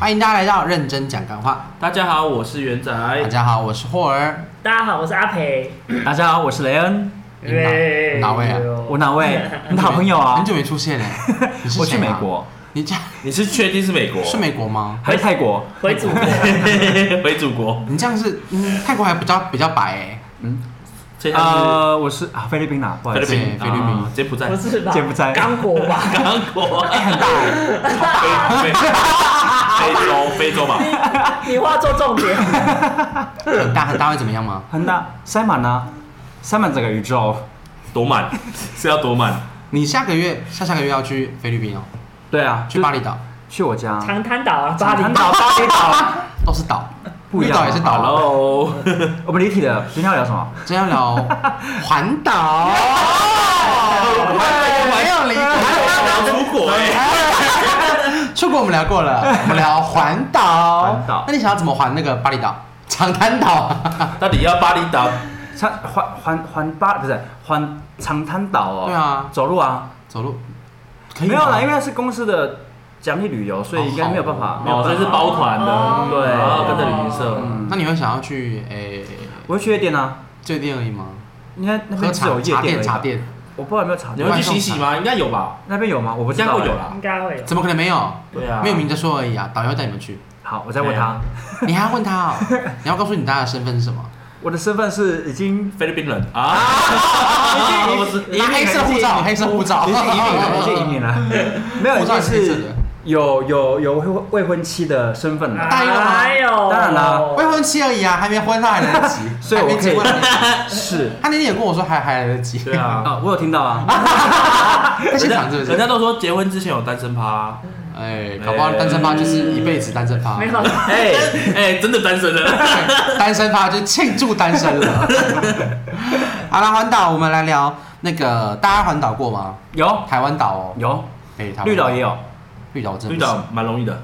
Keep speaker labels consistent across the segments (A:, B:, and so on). A: 欢迎大家来到认真讲干话。
B: 大家好，我是元
A: 大
C: 哎
B: 仔。
A: 家好，我是霍儿。
D: 大家好，我是阿培。
C: 大家好，我是雷恩，
A: 你哪
D: 哎
A: 哪位啊
D: 呦
C: 我 哪位？你的好朋友啊
A: 很，久没出现 嘞。你是谁啊
C: 我去美，国，
A: 你这
B: 你是确定是美国？
A: 是美国吗？
C: 还是泰国？
D: 回祖国，
B: 回祖国？
A: 你这样是，嗯，泰国还比较比较白哎。
B: 这下
C: 呃，我是啊菲律宾啊，不好意
B: 是
C: 思，
B: 菲律宾，
A: 菲律宾
B: 啊柬埔寨
D: 不，是吧？
C: 柬埔寨
D: 刚果 吧？
B: 韩国，
C: 很大 欸，
B: 非非非洲，非洲吧？
D: 你话做重点。
C: 嗯
A: 很大很大会怎么样吗？
C: 很大，塞满啊，塞满整个宇宙。
B: 多满是要多满？
A: 你下个月下下个月要去菲律宾哦，
C: 对啊，
A: 去巴厘岛
C: 去我家，
D: 长滩 岛啊，巴
C: 长滩
D: 黎。
C: 岛、巴厘岛，
A: 都是岛，
C: 不一
A: 绿
C: 样啊
A: 岛也是岛喽。
B: Hello，
C: 我们离题了，今天要聊什么？
A: 今天要聊环 岛。
C: 哦
A: 没有离
B: 要出国哎，
A: 出国我们聊过 了，我们聊环岛。
C: 环岛
A: 那你想要怎么环那个巴厘岛、 长滩岛？
B: 到底要巴厘岛？
C: 长环环环巴不是环长滩岛哦，
A: 对啊
C: 走路啊，
A: 走路可以
C: 没有
A: 吗
C: 啦，因为那是公司的奖励旅游，所以应该没有办法
A: 哦。
C: 没有
B: 哦，
C: 办法
B: 这是包团的，
D: 哦
C: 对
B: 然后跟着旅行社。
C: 嗯
A: 那你会想要去诶
C: 我会去夜店啊，
A: 酒店而已吗？
C: 你看那
A: 喝
C: 边只有
A: 茶茶
C: 夜店而
A: 店
C: 已
A: 茶店，
C: 我不知道有没有茶
B: 你
C: 店
B: 会，去洗洗吗？应该有吧？
C: 那边有吗？我不
B: 我
C: 知
B: 见
C: 道
B: 过
C: 欸
B: 有。啦
D: 应。该会有。
A: 怎么可能没有？
B: 对啊，
A: 没有明着说而已啊！导游带你们 去，
C: 好，我再问他，
A: 你还要问他哦？你要告诉你大家的身份是什 么？
C: 我的身份是已经
B: 菲律宾人啊，不是
A: 拿黑色护照，黑色护照，
C: 已经移民了，已经移民了，没有，
A: 护
C: 已
A: 照
C: 经
A: 也是黑色
C: 是
A: 的
C: 有有有未未婚妻的身份了，
A: 答应了吗
D: 哎呦，
C: 当然啦
A: 未婚妻而已啊，还没婚，那还来得及，
C: 所以
A: 还
C: 我
A: 没
C: 可
A: 结
C: 以
A: 婚来得及。
C: 是
A: 他那天也跟我说还还来得及，
B: 对啊。
C: 啊，我有听到啊，
A: 在现场是不
B: 人家
A: 是？
B: 都说结婚之前有单身趴啊，
A: 哎，搞不好单身趴就是一辈子单身趴
D: 没，有，
B: 哎哎，真的单身了。
A: 单身趴就庆祝单身 了。好了，环岛我们来聊那个，大家环岛过吗？
C: 有
A: 台湾岛哦，
C: 有，
A: 哎，台湾
C: 绿岛也，有，
A: 绿岛我真的
B: 绿
A: 不行
B: 岛蛮容易的，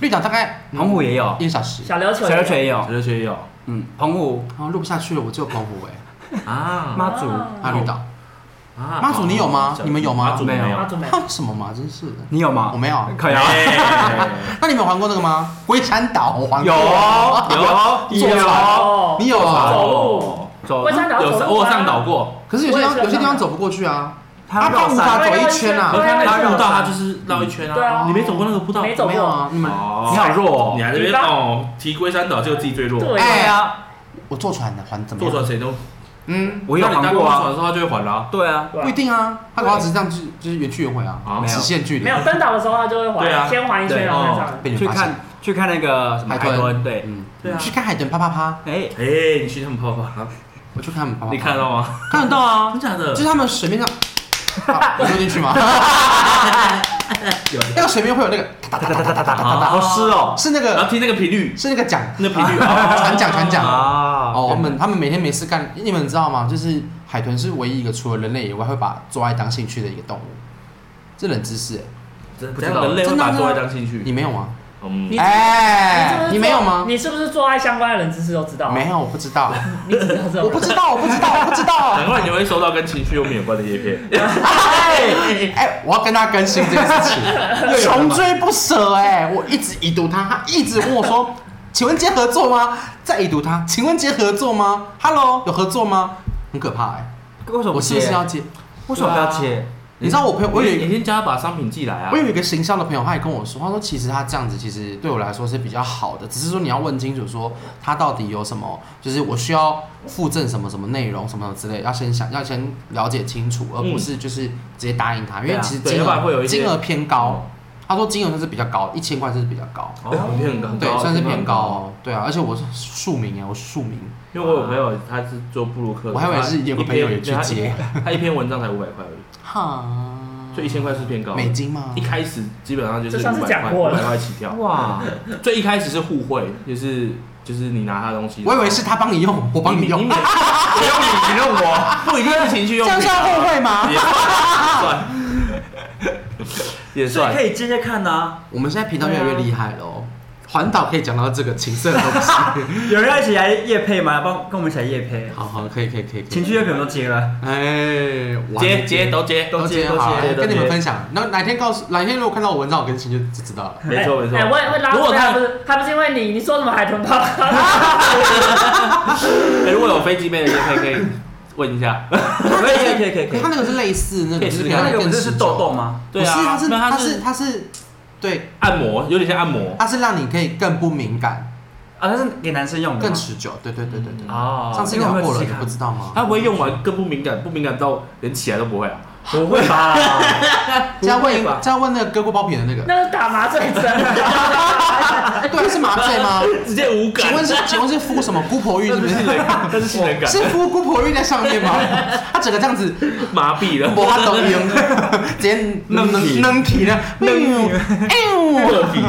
A: 绿岛大概
C: 澎湖也有
A: 一，个小时，
D: 小琉球，
C: 小琉球也有
B: 小，琉球也有
C: 嗯，澎湖、
A: 然后录不下去了，我只有澎湖哎，
B: 啊
C: 妈祖，
D: 啊
A: 啊绿岛，
B: 啊
A: 妈祖你有吗
B: 小
A: 你们有哦吗
B: 妈祖没
C: 没
D: 妈
B: 有。
D: 祖没有，
A: 哈啊什么嘛，真是的。
C: 你有吗？
A: 我没有
C: 可以啊，
B: 哎
A: 那你们有环过那个吗？龟山岛我环
C: 有啊
A: 过，
C: 有
A: 坐
C: 有，
D: 哦
A: 你有啊？
D: 走
C: 走
D: 龟，山岛
B: 哦有
D: 走路啊
B: 上我有上岛过，
A: 可是有些地
D: 我
A: 方
D: 也是
A: 有些地方走不过去啊，
C: 他
A: 啊
C: 绕
A: 不然
C: 山，
A: 走一圈啊
B: 你看那
C: 他
B: 个
C: 绕
B: 步道，它
C: 山
B: 就是绕一圈
D: 对
B: 啊。
D: 啊
B: 你没走过那个步道，
D: 没走
A: 没有啊，你们
B: 哦
C: 你好弱哦
B: 你，还在那
D: 你
B: 边
D: 吧
B: 哦，提龟山岛结果自己最弱，
D: 对
C: 对
A: 哎，
C: 啊，
A: 我坐船的环怎么
B: 坐
A: 样？
B: 船谁都。
A: 嗯，
C: 我有
B: 那你搭
C: 玩
B: 公
C: 过
B: 路
C: 啊
B: 船。的时候，它就会还啦。
C: 对啊，
D: 对吧
A: 不一定啊，他搞不好只是这样就就是原去原回
B: 啊
A: 啊，
B: 没
C: 有
A: 直线距离
D: 没，有登岛的时候，他就会
B: 对啊
D: 环，先环一圈，
C: 对
D: 然后再
B: 哦
D: 上来。
A: 被你
C: 去
A: 们发现
C: 看。去看那个什么
A: 海
C: 海
A: 豚
C: 豚，对，
A: 嗯，
B: 对啊
A: 去看海豚啪啪啪，
C: 哎，
B: 哎，你去他们泡泡啊，
A: 我去看他们啪啪啪。
B: 你看得到吗？
A: 看得到啊
B: 真？假的？
A: 就是他们水面上，啊我丢进去吗？
B: 有
A: 那个水面会有那个哒哒哒哒哒哒哒哒
C: 好湿哦
A: 是那
B: 然后
A: 个
B: 听那个频率，
A: 是那个桨，
B: 啊那频率啊，
A: 船桨船桨。
C: 啊
A: 哦，他们他们每天没事干，你们知道吗？就是海豚是唯一一个除了人类以外会把做爱当兴趣的一个动物，这冷知识欸，
B: 这
C: 不
B: 这
C: 知
B: 样
C: 道
B: 人类会
A: 真的
B: 把做爱
A: 真的
B: 当兴
A: 你
B: 趣。
A: 没有吗？
B: 嗯
D: 你是不
A: 哎
D: 是，
A: 你
D: 做
A: 没有吗？
D: 你是不是做爱相关的人知识都知道？
A: 没，有，我不知道，
D: 你只知道这种
A: 我不知道，我不知道，我不知道。
D: 哦
B: 难怪你会收到跟情绪有敏有关的叶片。
A: 哎，我要跟他更新这件事情，穷追不舍哎、我一直已读他，他一直问我说：“ 请问今天合作吗？”再已读他，请问今天合作吗？Hello，有合作吗？很可怕哎、
C: 为什么
A: 我是不
C: 切
A: 是要？接？
C: 为什么不要切？
A: 你知道我朋友，我有
B: 你
A: 一
B: 你
A: 个
B: 先叫他把商品寄来啊
A: 我。有一个行销的朋友，他也跟我说，他说其实他这样子其实对我来说是比较好的，只是说你要问清楚说他到底有什么，就是我需要附赠什么什么内容什么什么之类，要先想要先了解清楚，而不是就是直接答应他，因为
C: 对啊
A: 其实
B: 对
A: 金
B: 要不然会有
A: 额
B: 一些
A: 金额偏高。他说金额算是比较高，一千块算是比较高，
B: 哦对，普遍很高，
A: 对，算是偏高
B: 哦。
A: 哦。对啊，而且我是庶民哎，我是庶民，
B: 因为我有朋友他是做布鲁克的，
A: 我还以为是有个朋友也去接，
B: 他他一篇文章才五百块而已，
A: 哈，
B: 所以一千块是偏高的。
A: 美金吗
B: 一？开始基本上就是
D: 嗯这上次
B: 500
D: 讲
B: 块
D: 过了
B: 500块起跳。
C: 哇，
B: 最一开始是互惠，就是就是你拿他的东西，
A: 我以为是他帮你用，我帮你
B: 你
A: 用，
B: 每我用你，你用我，不一定是情趣
A: 这
B: 用品
A: 样
B: 啊，
A: 算后悔吗？
B: 也算，也
C: 所以
B: 算
C: 可，以接接看呐。
A: 我们现在频道越来越厉害了哦，环岛可以讲到这个情色的东西。
C: 有人要一起来夜配吗？帮跟我们一起来夜配，
A: 好好，可以可以可以。可以
C: 情趣用品我们都接了，
A: 哎，完
B: 接接都接，
A: 都接
C: 都接
A: 好
C: 都接
A: 跟你
C: 都
A: 们
C: 接
A: 分享。那哪天告诉哪天如果看到我文章，我更新就就知道了。
B: 没错没错
D: 哎，我也会拉
B: 如果
D: 回来，
B: 他
D: 不是，他不是因为你，你说什么海豚泡泡？
B: 哎如果有飞机妹的夜配可以问一下，
C: 可以可以可以可以可以
A: 他。那个是类似那
B: 可
A: 个，
B: 以
A: 就
B: 试
A: 是
B: 试
A: 比
B: 看
A: 较
C: 那个
A: 更
C: 不是
A: 持
C: 是
A: 久
C: 痘痘吗？
B: 对
A: 不是，
B: 啊
A: 它，是
B: 没有
A: 它
B: 它
A: 是
B: 是
A: 它是，对，
B: 按摩，有点像按摩，
A: 它是让你可以更不敏感、
C: 啊，它是给男生用的吗，
A: 更持久。对对对对对。
C: 哦
A: 上次聊过了，你不知道吗？
B: 它不会用完更不敏感，不敏感到连起来都不会啊。
C: 不会吧？
A: 加问
C: 不会吧
A: 加问那个割过包皮的那个，
D: 那是打麻醉针，
A: 哎对，是麻醉吗？
B: 直接无
A: 请问是请问是敷什么姑婆 浴是不是？
B: 但是性能感
A: 是敷姑婆浴在上面吗？ 它整个这样子，
B: 麻痹了，
A: 我它抖音， 直接
B: 弄
A: 能
B: 起
A: 能提呢，
B: 弄起
A: 哎
B: 特皮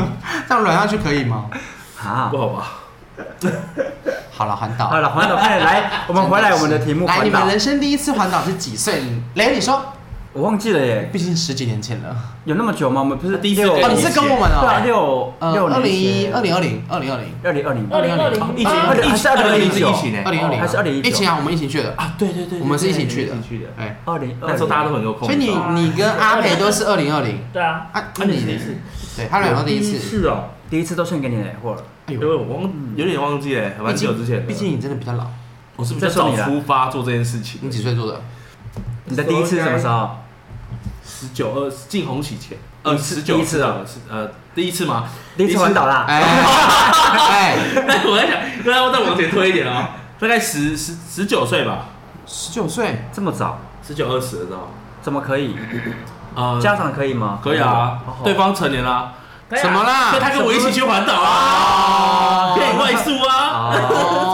A: 这样软下去可以吗？
C: 啊
B: 不，好吧？
A: 好了，环岛
C: 好。了，环岛快 点来，我们回来我们的题目
A: 来，你们
C: 环岛，
A: 人生第一次环岛是几岁？雷，你说，
C: 我忘记了耶，
A: 毕竟十几年前了。
C: 有那么久吗？我们不是
B: 第一次
C: 六
B: 对
A: 哦，你是跟我们
C: 对
A: 哦，
C: 啊，六
A: 呃，
C: 六
A: 二零一、
C: 年前
A: 二零二零、二零二零、
C: 二零二零
D: 二零二零
A: 哦
B: 一起
C: 二零还是2019
B: 一起呢
A: 二零二零，
C: 还是2019
A: 一起啊，我们一起去的，
B: 欸哦啊，对对对，
A: 我们是一起去的
B: 一起去的。
A: 哎，
C: 二零二
B: 那时候大家都很有空，
A: 所以你你跟阿培都是二零二零
D: 对啊，
A: 啊，
B: 那你第一次，
A: 对，他俩都第一次，
B: 是哦，
C: 第一次都献给你了，或者
A: 哎
B: 因
A: 呦，
B: 为我忘有点忘记了，蛮久之前的。
A: 毕竟你真的比较老，
B: 我是比较早出发做这啊件事情
A: 你，几岁做的？
C: 你的第一次是什么时候？
B: 十九二进红旗前，
C: 第
B: 呃，
C: 一次
B: 十
C: 第
B: 九
C: 一次啊
B: 是呃第一次吗？
C: 第一次环岛啦，
A: 哎哎，
B: 我在想，那要再往前推一点哦，大概十十十九岁吧，
A: 十九岁，
C: 这么早，
B: 十九二十的时候，
C: 怎么可以？
B: 呃，
C: 家长可以吗？哦
B: 可以啊
C: 好，好
B: 对方成年啦，
D: 可以啊
A: 什么？啦
B: 所以？他跟我一起去环岛啊，可以外宿啊，
C: 哦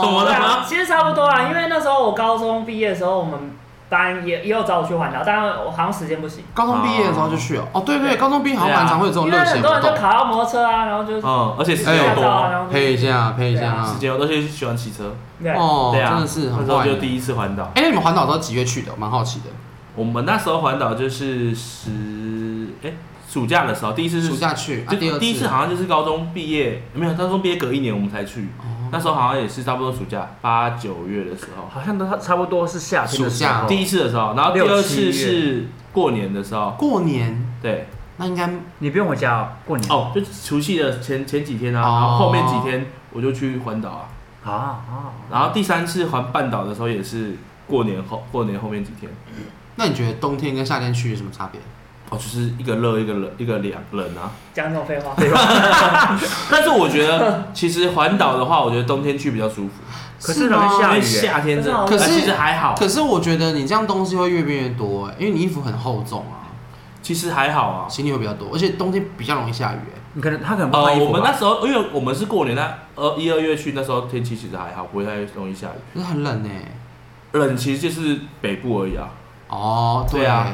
B: 怎么
D: 对
B: 了
D: 啊，
B: 吗？
D: 其实差不多啊，因为那时候我高中毕业的时候，我们班也也有找我去环岛，但我好像时间不行，
A: 高中毕业的时候就去哦，哦，对对，高中毕业好像蛮常会有这种
D: 啊因为
A: 热血
D: 很多
A: 活
D: 人就
A: 动，
D: 卡到摩托车啊，然后就
B: 嗯，而且时间
A: 哎
B: 又
D: 驾
B: 多
D: 照啊，
B: 啊，
D: 然后就
A: 配一下，配一下啊
B: 时，间又多，而且喜欢骑车，
D: 对，
A: 哦，
B: 对啊，
A: 真的是
B: 那
A: 很
B: 时候
A: 快
B: 就。第一次环岛。
A: 哎，那你们环岛都几月去的？蛮好奇的。
B: 我们那时候环岛就是十哎暑假的时候，第一次是
A: 暑假去，啊，
B: 就
A: 第二次
B: 第一次好像就是高中毕业，没有高中毕业隔一年我们才去，
A: 哦
B: 那时候好像也是差不多暑假八九月的时候，
C: 好像都差不多是夏天的时
A: 暑假
C: 候。
B: 第一次的时候，然后第
C: 六
B: 二
C: 七
B: 次
C: 月
B: 是过年的时候，
A: 过年，
B: 对，
A: 那应该
C: 你不用回家哦，过年
B: 哦，就除夕的前前几天啊，
A: 哦
B: 然后后面几天我就去环岛啊，
C: 啊啊！
B: 然后第三次环半岛的时候也是过年后，过年后面几天，
A: 那你觉得冬天跟夏天去有什么差别？
B: 哦，就是一个热一个冷一个凉冷啊，
D: 讲这种废话。
B: 但是我觉 得其实环岛的话，我觉得冬天去比较舒服，
C: 可
A: 是
C: 是容
A: 吗
C: 易
B: 因
C: 下
B: 为
C: 雨耶，
B: 夏天真的，
D: 可
A: 是
B: 哎其实还好，
A: 可是我觉得你这样东西会越变越多、哎，因为你衣服很厚重啊，
B: 其实还好啊。
A: 行李会比较多，而且冬天比较容易下雨、哎
C: 你可能他可能不
B: 呃，
C: 换衣
B: 我
C: 服
B: 们
C: 吧
B: 那时候因为我们是过年那呃一二月去，那时候天气其实还好，不会太容易下雨。
A: 可是很冷哎、
B: 冷其实就是北部而已啊，
A: 哦，对
B: 对啊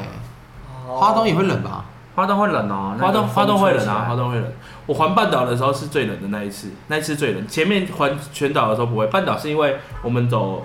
A: 花东
D: 也
A: 也会冷吧？
C: 花东会冷哦，那个
B: 花东
C: 风
B: 花东会
C: 吹
B: 冷
C: 起
B: 啊，
C: 来
B: 花东会冷。我环半岛的时候是最冷的那一次，那一次最冷。前面环全岛的时候不会，半岛是因为我们走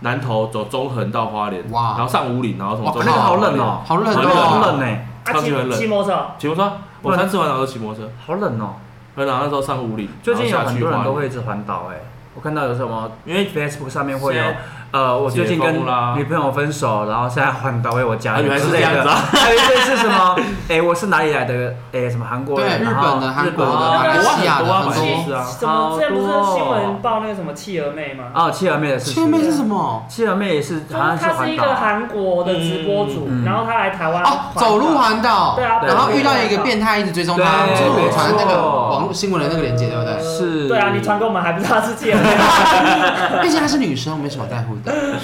B: 南投走中横到花莲，
A: 哇
B: 然后上五岭，然后从
A: 哇
B: 中
C: 那
B: 横
C: 个
B: 到
C: 好
B: 花
C: 冷
B: 莲。
C: 哦，
A: 好冷
B: 啊哦
C: 好冷哎，
B: 超
D: 啊，
B: 级冷
D: 骑骑摩托车，
B: 请问说，我三次环岛都骑摩托车，
C: 好冷哦。
B: 然后那时候上五岭，
C: 最近有
B: 然后下
C: 很
B: 去
C: 多人
B: 花
C: 都
B: 莲
C: 会一直环岛哎，我看到有什么
B: 因为
C: Facebook 上面会有
B: 现在。
C: 呃，我最近跟
B: 解封啦
C: 女朋友分手，然后现在环岛为我加
B: 啊
C: 油
B: 原来是
C: 之类
B: 这样
C: 的。
B: 子啊
C: 还有一些是什么？哎，我是哪里来的？哎，什么韩国人？
A: 对
C: 然后
A: 日本的韩
C: 日
A: 国
C: 本
A: 的
C: 的
A: 马来西亚的
B: 国外
A: 很
B: 也
A: 多
B: 是啊，
D: 什么？之
C: 好
D: 前不是
C: 多
D: 新闻报那个什么企鹅妹
A: 啊
D: 吗？
C: 哦，妻儿妹的事
A: 切
C: 情。
A: 妹是什么？
C: 妻儿妹也是，
D: 就是
C: 好像是
D: 哦她是
C: 环
D: 一个
C: 岛。
D: 韩国的直播主，
C: 嗯嗯
D: 然后她来台湾
A: 哦
D: 环，岛
A: 走路环岛，
D: 对啊
A: 然后遇到一个变态一直追踪他，
C: 对
A: 就是我传的那
C: 没
A: 个
C: 错
A: 网络新闻的那个链接，对不对？
C: 是
D: 对啊，你传给我们还不知道是企鹅妹。
A: 毕竟她是女生，我没什么在乎的。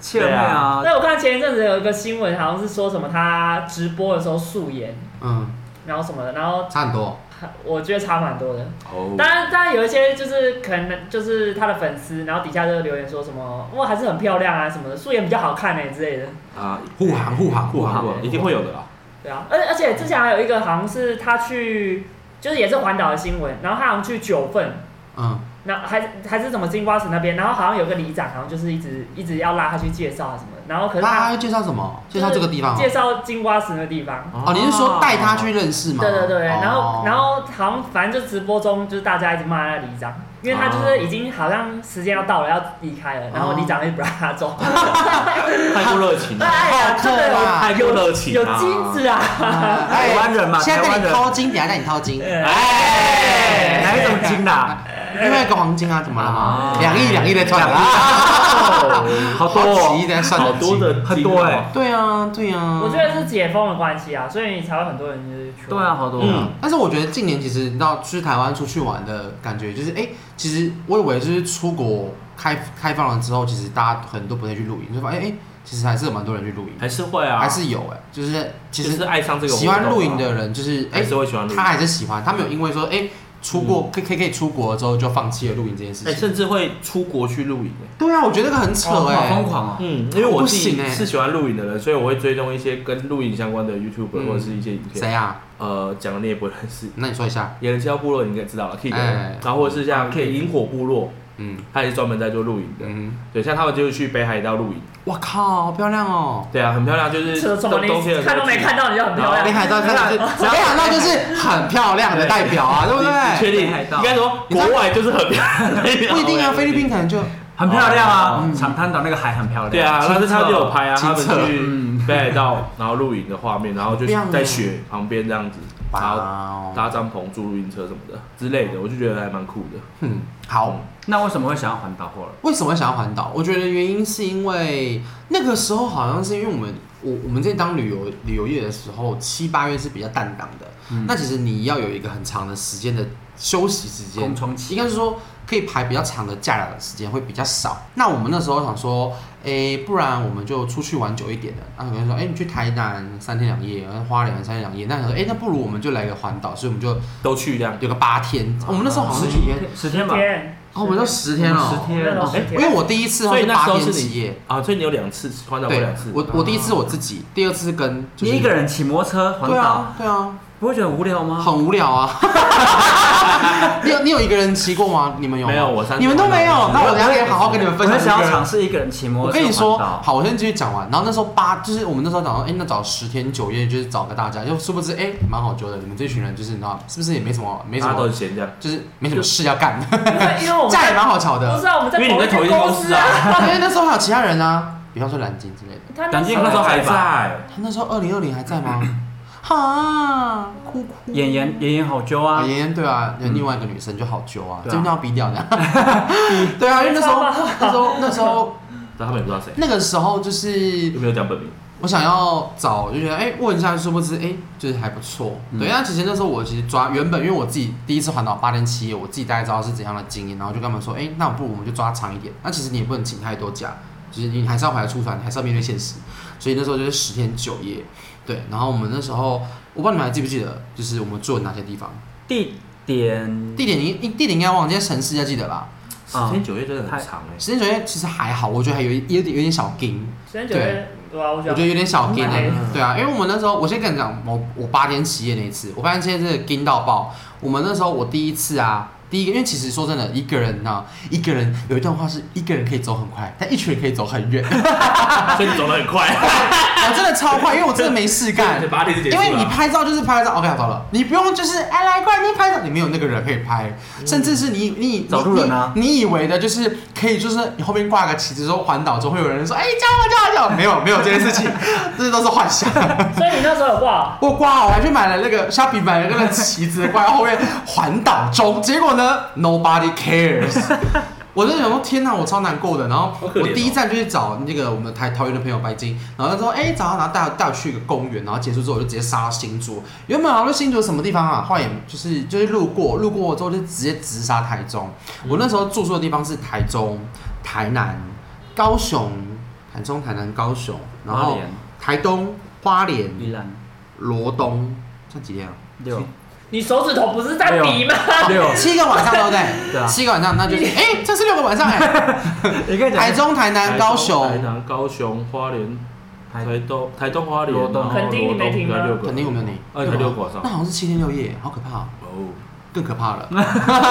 C: 妻儿妹啊，
D: 那我看前一阵子有一个新闻，好像是说什么她直播的时候素颜，
A: 嗯，
D: 然后什么的，然后
A: 差很多。
D: 我觉得差蛮多的。
B: 哦
D: 当然，当然有一些就是可能就是她的粉丝，然后底下就留言说什么哇还是很漂亮啊什么的，素颜比较好看哎、之类的。
B: 啊，
A: 护航护航
B: 护
A: 护
B: 航
A: 航
B: 护航一定会有的啦。
D: 对啊，而而且之前还有一个好像是他去，就是也是环岛的新闻，然后他好像去九份，
A: 嗯，
D: 那还是还是什么金瓜石那边，然后好像有个里长，好像就是一直一直要拉他去介绍啊什么，然后可是
A: 那他
D: 他
A: 要介绍什么？介
D: 就是
A: 绍这个地方哦
D: 介绍金瓜石那地方，
A: 哦，你是说带他去认识吗？
D: 对对对，
A: 哦
D: 然后然后好像反正就直播中就是大家一直骂那个里长，因为他就是已经好像时间要到了要离开了，然后里长一直不让他走，
B: 太过热 情了，
D: 哎呀，真的有
B: 太过热情
D: 有
B: 了，
D: 金子啊，
A: 啊哎
C: 台湾人嘛
A: 现在带
C: 台湾
A: 你
C: 人
A: 掏金，等一下带你掏金，
D: 哎
B: 哎，
C: 哪一种金啊？
A: 另外一个黄金啊，怎么了吗
B: 啊？
A: 两亿两亿的赚啊！
C: 好多
A: 好奇
C: 哦，
A: 在算
B: 好
A: 的
B: 多的
C: 很多哎
A: 对啊，对啊。
D: 我觉得是解封的关系啊，所以才会很多人就是去。
C: 对啊，，好多。
B: 嗯
A: 但是我觉得近年其实你知道去台湾出去玩的感觉，就是哎、其实我以为就是出国开开放了之后，其实大家很多不会去露营，就发现哎、其实还是有蛮多人去露营，
B: 还是会啊，
A: 还是有哎、就是其
B: 就
A: 实
B: 是爱上这个活
A: 喜
B: 动啊
A: 欢露营的人，就是哎、
B: 还是会喜欢露营嗯
A: 他，还是喜欢，他没有因为说哎、出国可以可以可以出国了之后就放弃了露营这件事
B: 哎，
A: 情。
B: 甚至会出国去露营哎。
A: 对啊，我觉得这个很扯
C: 哦
A: 哎、
C: 好疯狂哦！
B: 嗯，因为我自
A: 不
B: 己
A: 行欸
B: 是喜欢露营的人，所以我会追踪一些跟露营相关的 YouTube
A: 嗯
B: 或者是一些影片。
A: 谁啊？
B: 呃，讲的你也不认识，
A: 那你说一下。
B: 野人七号部落你应该知道了，Kid，
A: 哎
B: 然后或者是像 K 萤火部落，
A: 嗯
B: 他也是专门在做露营的。
A: 嗯，
B: 对，像他们就是去北海道露营，
A: 哇靠，好漂亮哦！
B: 对啊，很漂亮，就是
D: 这个怎
B: 冬
D: 么
B: 冬天的
D: 你
B: 时候
D: 看都没
B: 去
D: 看到你就 很漂
A: 北
D: 亮？
A: 海道真的是，北海道就是很漂亮的代表啊，对不
B: 你确
A: 对？
B: 定
C: 北海？道
B: 应该说国外就是很漂亮的，哎
A: 不一定啊，菲律宾可能就
C: 很漂亮啊
A: 哦，
C: 长滩岛那个海很漂亮。
B: 对啊，但是他就有拍啊，他
A: 清
B: 们
A: 澈
B: 去北海道然后露营的画面，然后就
A: 好亮哦
B: 在雪旁边这样子，然
A: 哇
B: 后
A: 哦，
B: 搭帐篷、住露营车什么的之类的，我就觉得还蛮酷的。
A: 嗯，好。
C: 那为什么会想要环岛或了？
A: 为什么会想要环岛？我觉得原因是因为那个时候好像是因为我们我我们之前当旅游旅游业的时候，七八月是比较淡档的。那其实你要有一个很长的时间的休息时间，
C: 空窗期
A: 应该是说可以排比较长的假的时间会比较少。那我们那时候想说，诶、不然我们就出去玩久一点的。那有人说，诶、你去台南三天两夜，花莲三天两夜，那想说，诶、那不如我们就来个环岛，所以我们就
B: 都去这样。
A: 有个八天。我们那时候好像是哦几天？
C: 十天吧，
D: 天，
A: 哦，我们都十天了、
C: 十天
D: 哦
C: 哦，
A: 哎
D: 十，
A: 因
D: 天
A: 为我第一次好像
B: 所以
A: 是
B: 那
A: 八
B: 时候
A: 天
B: 是
A: 七
B: 你
A: 夜，
B: 啊，所以你有两次环岛过两
A: 对
B: 次，，
A: 我我第一次我自己，第二次跟就
C: 你
A: 是
C: 一个，人骑摩托车环
A: 对
C: 岛，
A: 啊对啊，
C: 不会觉得很无聊吗？
A: 很无聊啊。你有你有一个人骑过吗？你们有吗
B: 没有我三次
A: 你们都没有
B: 我，
A: 那我等一下可以好好跟你们分
C: 我
A: 享。
C: 很想要尝。试一个人骑摩
A: 我
C: 托车
A: 跟你
C: 环
A: 说，
C: 岛。
A: 好，我先继续讲完。然后那时候八，就是我们那时候讲说，哎、那找十天九夜，就是找个大家，又殊不知，哎、蛮好揪的。你们这群人就是，你知道，是不是也没什么，没什
B: 大家都
A: 么
B: 很，闲这样。
A: 就是没什么事要干，
D: 因为因为我们
A: 假
D: 在
A: 也蛮好瞧
D: 不
A: 的。
D: 是啊，我们在
B: 因为你在同一
D: 一
B: 间
D: 间
B: 公司
D: 司
B: 啊。
A: 因为那时候还有其他人啊，比方说蓝鲸之类的。
D: 他
C: 蒋经
B: 那
C: 国
B: 时候还
C: 还
B: 在
C: 在，
A: 他那时候二零二零还在 吗？哈，哭哭。
C: 演员演员好揪
A: 啊，
C: 啊，
A: 妍妍对啊，有另外一个女生就好揪啊，
C: 对啊
A: 真的要逼掉 的。对啊，因为那时候那时候那时候
B: 但他们也不知道谁，
A: 那个时候就是
B: 有没有讲本名？
A: 我想要找，就觉得哎、问一下，殊不知哎、就是还不错。对，那其实那时候我其实抓原本，因为我自己第一次环岛八天七夜，我自己大概知道是怎样的经验，然后就跟他们说，哎、那不如我们就抓长一点。那其实你也不能请太多假，就是你还是要回来出团，你还是要面对现实。所以那时候就是十天九夜，对。然后我们那时候，我不知道你们还记不记得，就是我们住的哪些地方？
C: 地点
A: 地点你地点应该忘，记，城市要记得吧？
B: 十天九夜真的很长哎。
A: 十天九夜其实还好，我觉得还有一有点有点小惊。
D: 时间久了，对啊，我
A: 我觉得有点小跟
D: 哎
A: 对啊，因为我们那时候，我先跟你讲，我我八天七夜那一次，我八天七夜真的跟到爆。我们那时候我第一次啊，第一个，因为其实说真的，一个人呢、一个人有一段话是一个人可以走很快，但一群人可以走很远。
B: 所以你走得很快，。
A: 我真的超快，因为我真的没事干
B: 八点就结束
A: 因为你
B: 了。
A: 拍照就是拍照，OK，好了，你不用就是哎来快你拍照，你没有那个人可以拍，
B: 嗯
A: 甚至是你你你
C: 找路人啊
A: 你你以为的就是可以，就是你后面挂个旗子说环岛之后会有人说哎加油加油加油，没有没有这件事情， 这都是幻想。
D: 所以你那时候有挂
A: 我挂好，我还去买了那个虾皮买了那个旗子，挂在后面环岛中。结果呢，nobody cares。我就想说，天哪，我超难过的。然后
B: 好可怜哦
A: 我第一站就去找那个我们台桃园的朋友白金，然后他说，哎、找他，然后带我带我去一个公园，然后结束之后我就直接杀到新竹。原本好像新竹什么地方啊，后来也就是就是路过，路过之后就直接直杀台中。
B: 嗯
A: 我那时候住宿的地方是台中、台南、高雄、台中、台南、高雄，然
C: 花
A: 后
C: 莲、
A: 台东、花莲、
C: 宜兰
A: 罗东，算几天啊？
C: 六
D: 你手指头不是在比吗？
C: 六，
A: 七个晚上，对不对？
C: 对啊
A: 七个晚上，那就是哎、这是六个晚上哎、
C: 你可以
A: 台
C: 讲
A: 中、台南、高
B: 台
A: 雄，
B: 南、高雄、花莲、
C: 台
B: 台东、台东、花莲、
C: 罗东
B: 然后
D: 垦丁你没
B: 罗东
D: 听吗
B: 应该六个，
A: 肯定我没有你。
B: 二十六个晚上
A: 那。好像是七天六夜，好可怕、哦。
B: 哦，
A: 更可怕了。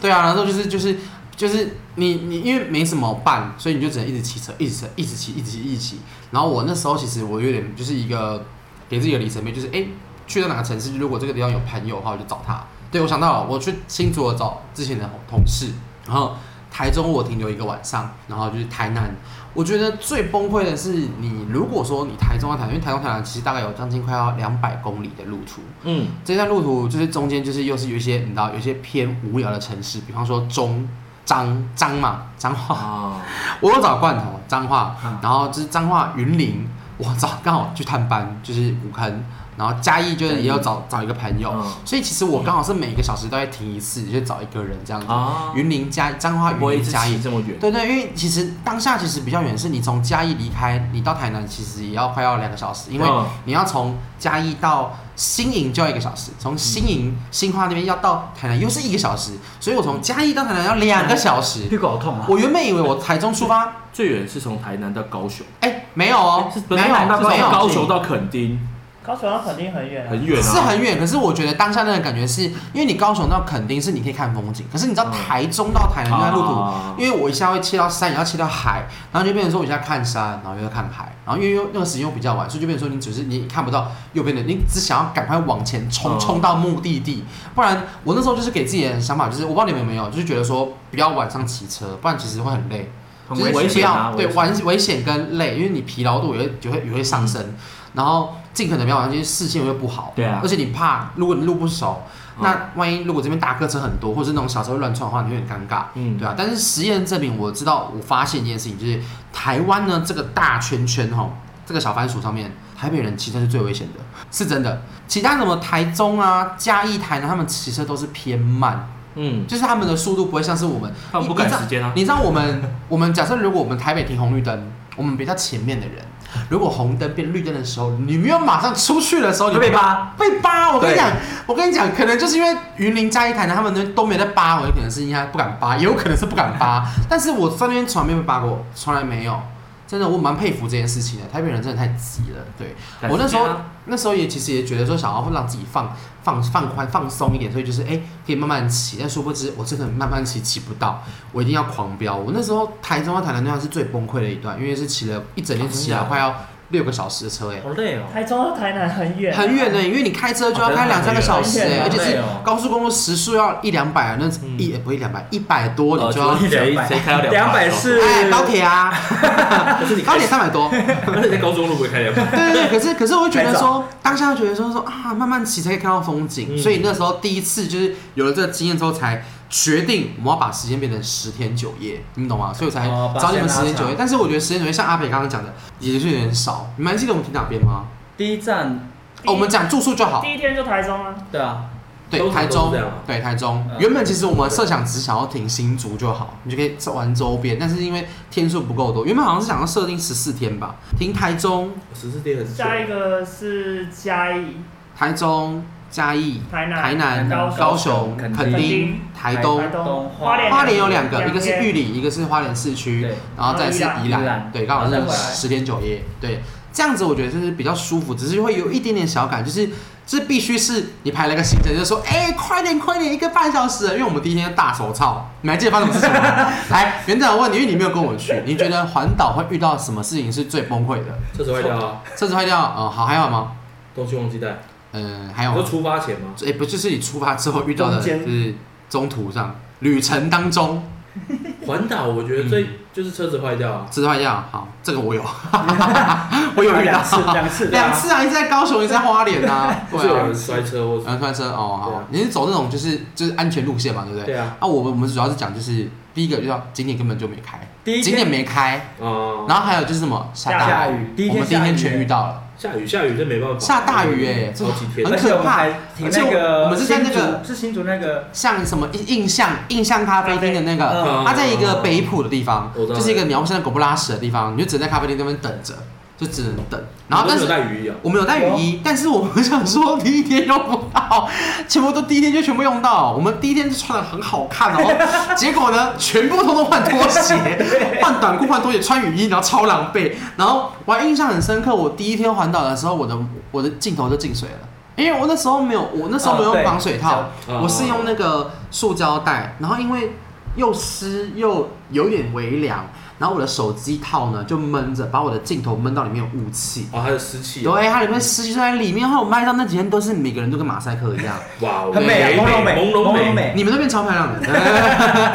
A: 对啊，然后就是就是就是你你因为没什么伴，所以你就只能一直骑车，一直骑，一直骑，一直骑，一直骑。然后我那时候其实我有点就是一个给自己的里程碑，就是哎、诶去到哪个城市，如果这个地方有朋友的话，我就找他。对我想到了，我去新竹找之前的同事，然后台中我停留一个晚上，然后就是台南。我觉得最崩溃的是，你如果说你台中到台南，因为台中台南其实大概有将近快要两百公里的路途，
B: 嗯，
A: 这段路途就是中间就是又是有一些你知道有一些偏无聊的城市，比方说中彰彰嘛彰化，
B: 啊，
A: 我有找罐头彰化
C: 嗯，
A: 然后就是彰化云林，我找刚好去探班就是古坑，然后嘉义就是也有找找一个朋友，
B: 嗯
A: 所以其实我刚好是每个小时都在停一次，就找一个人这样子。
B: 啊
A: 云林嘉彰化
B: 我
A: 云
B: 一
A: 林
B: 直
A: 嘉义
B: 骑这么远，
A: 对对，因为其实当下其实比较远，是你从嘉义离开，你到台南其实也要快要两个小时，因为
B: 嗯
A: 你要从嘉义到新营就要一个小时，从新营
B: 嗯
A: 新化那边要到台南又是一个小时，所以我从嘉义到台南要两个小时。
C: 屁股好痛啊！
A: 我原本以为我台中出发，
B: 最远是从台南到高雄，
A: 哎，没有哦
B: 是，
A: 没
B: 台
A: 有
B: 南到
A: 没
B: 高
A: 有
B: 雄，高雄到垦丁
D: 高雄肯定很远啊，
B: 很远啊，
A: 是很远，可是我觉得当下那个感觉是，因为你高雄到垦丁是你可以看风景，可是你知道
B: 嗯
A: 台中到台南那段路途，
B: 啊
A: 因为我一下会切到山，也要切到海，然后就变成说我一下看山，然后又看海，然后因为又那个时间又比较晚，所以就变成说你只是你看不到右边的，你只想要赶快往前冲，
B: 嗯
A: 冲到目的地。不然我那时候就是给自己的想法，就是我不知道你们有没有，就是觉得说不要晚上骑车，不然其实会很累，
C: 很
A: 就是
C: 危
A: 不
B: 危
C: 险。
B: 险啊
A: 要对
B: 危险
A: 危危险跟累，因为你疲劳度也会也会也会上升，然后尽可能不要晚上，其实视线也会不好。
B: 对啊
A: 而且你怕，如果你路不熟，
B: 嗯
A: 那万一如果这边大客车很多，或者是那种小车会乱窜的话，你会很尴尬。
B: 嗯
A: 对啊，但是实验证明，我知道我发现一件事情，就是台湾呢这个大圈圈哈，这个小番薯上面，台北人骑车是最危险的，是真的。其他什么台中啊、嘉义、台南，他们骑车都是偏慢，
B: 嗯，
A: 就是他们的速度不会像是我们，
B: 他们不
A: 你
B: 赶
A: 你知道
B: 时间啊，
A: 你知道我们，我们假设如果我们台北停红绿灯，我们比较前面的人，如果红灯变绿灯的时候，你没有马上出去的时候，你
C: 会被扒，
A: 被扒。我跟你
C: 对
A: 讲，我跟你讲，可能就是因为云林、嘉义、台南他们那边都没在扒，我有可能是因为他不敢扒，也有可能是不敢扒。但是我在那边从来没有被扒过，从来没有。真的，我蛮佩服这件事情的。台北人真的太急了，对。
B: 赶
A: 我那
B: 时
A: 时
B: 间
A: 候
B: 啊
A: 那时候也其实也觉得说想要让自己放放放宽放松一点，所以就是哎、可以慢慢骑，但殊不知我真的慢慢骑骑不到，我一定要狂飙。我那时候台中到台南那段是最崩溃的一段，因为是骑了一整天
B: 哦
A: 骑
B: 真的
A: 了
B: 啊
A: 快要六个小时的车哎、
C: 好累哦。
D: 台中到台南很远，啊
A: 很远的、欸因为你开车就要
B: 哦
A: 开两三个小时、
D: 真的
A: 哎，而
D: 很
A: 且
D: 远
A: 是
C: 很累哦
A: 高速公路时速要一两百啊，那
B: 啊嗯
A: 一、不是一两百，一百多
B: 呃
A: 你就要、
B: 谁
C: 200
B: 谁开到
C: 两百
B: 四，
C: 哦是
A: 哎高，铁啊，
B: 可是你
A: 高
B: 开
A: 铁，三百多，
B: 可是你在高中路不会开两百，
A: 对对对，可是可是我会觉得
C: 拍
A: 说，当下会觉得说说啊，慢慢骑才可以看到风景，
B: 嗯
A: 所以那时候第一次就是有了这个经验之后，才决定我们要把时间变成十天九夜，你懂吗？所以我才
C: 哦把
A: 找你们
C: 时间
A: 十
C: 拉
A: 天九夜
C: 长。
A: 但是我觉得十天九夜像阿北刚刚讲的，也是有点少。你们还记得我们停哪边吗？
C: 第一站，
A: 哦，我们讲住宿就好。
D: 第一天就台中啊，
C: 对啊，
A: 对，
B: 通常
A: 台
B: 都是
A: 中
B: 这样啊，
A: 对台中
C: 嗯。
A: 原本其实我们设想只想要停新竹就好，你就可以玩周边，但是因为天数不够多，原本好像是想要设定十四天吧，停台中、
B: 十四天还是久
D: 下一个是嘉义、
A: 台中、嘉义、
D: 台南、
A: 台南、
D: 高雄
A: 高雄、
C: 垦丁
A: 垦丁、台
D: 台
A: 东。
D: 东、
C: 东
D: 花莲、
A: 花莲有两个，
D: 两
A: 一个是玉里，一个是花莲市区
C: 对，
A: 然后再是
D: 然后
A: 宜
C: 宜兰宜
A: 兰，
C: 兰
A: 对，刚好
C: 然
A: 是
C: 后再回来
A: 十天九夜，对，这样子我觉得就是比较舒服，只是会有一点点小赶，就是这必须是你排了个行程，就说，哎、快点快点，一个半小时了，因为我们第一天大手操，你还记得发生什么事情 吗？来，园长我问你，因为你没有跟我去，你觉得环岛会遇到什么事情是最崩溃的？
B: 车子坏掉啊，
A: 车子坏掉，哦、好，还有吗？
B: 东西忘记带，
A: 嗯、还有
B: 你
A: 吗
B: 说？出发前吗？
A: 哎、不就是你出发之后遇到的，
D: 中
A: 就
D: 间
A: 是中途上旅程当中
B: 环岛我觉得最
A: 嗯
B: 就是车子坏掉啊，
A: 吃饭一样，好，这个我有，我有遇到
C: 两次，两次，
A: 两次啊，一直在高雄，一直在花莲啊，
B: 就是
A: 对
B: 有
A: 啊
B: 人，摔车或是
A: 然后突然车哦，
B: 对
A: 好
B: 啊，
A: 你是走那种就是就是安全路线嘛，对不对？
B: 对啊，
A: 啊，我们我们主要是讲就是第一个就叫景点根本就没开，
C: 第一
A: 景点
C: 天
A: 没开，
B: 啊，
A: 然后还有就是什么下
D: 下
A: 大
C: 下雨第一
A: 我
C: 天
A: 们第一天
C: 下雨
A: 全遇到了，
B: 下雨下雨真没办法，
A: 下大雨哎
B: 好几天
A: 很，
C: 而且我们还停那
A: 而且我
C: 个，
A: 我们是在那个
C: 新竹是新竹那个，
A: 像什么印印象印象咖啡厅的那个，
C: 嗯
A: 它在一个北浦的地方，
B: 我知道
A: 就是一个鸟不生的狗不拉屎的地方，你就只能在咖啡厅那边等着，就只能等。然后但
B: 我
A: 是
B: 都没有带雨衣啊，
A: 我们有带雨衣，但是我们想说第一天用不到，全部都第一天就全部用到。我们第一天就穿的很好看哦，结果呢，全部通通换拖鞋，换短裤、换拖鞋、穿雨衣，然后超狼狈。然后我还印象很深刻，我第一天环岛的时候，我的我的镜头就进水了。因为我那时候没有，我那时候没有
C: 哦对
A: 用防水套，
B: 嗯
A: 我是用那个塑胶袋，然后因为又湿又有点微凉，然后我的手机套呢就闷着，把我的镜头闷到里面有雾气。
B: 哦，还有湿气，
A: 对，它里
C: 嗯
A: 面湿气就在里面，然后我卖到那几天都是每个人都跟马赛克一样，
B: 哇哦，
C: 很美啊，
B: 美
C: 朦
B: 美，
C: 胧美，
B: 朦胧
C: 胧，美。
A: 你们那边超漂亮的。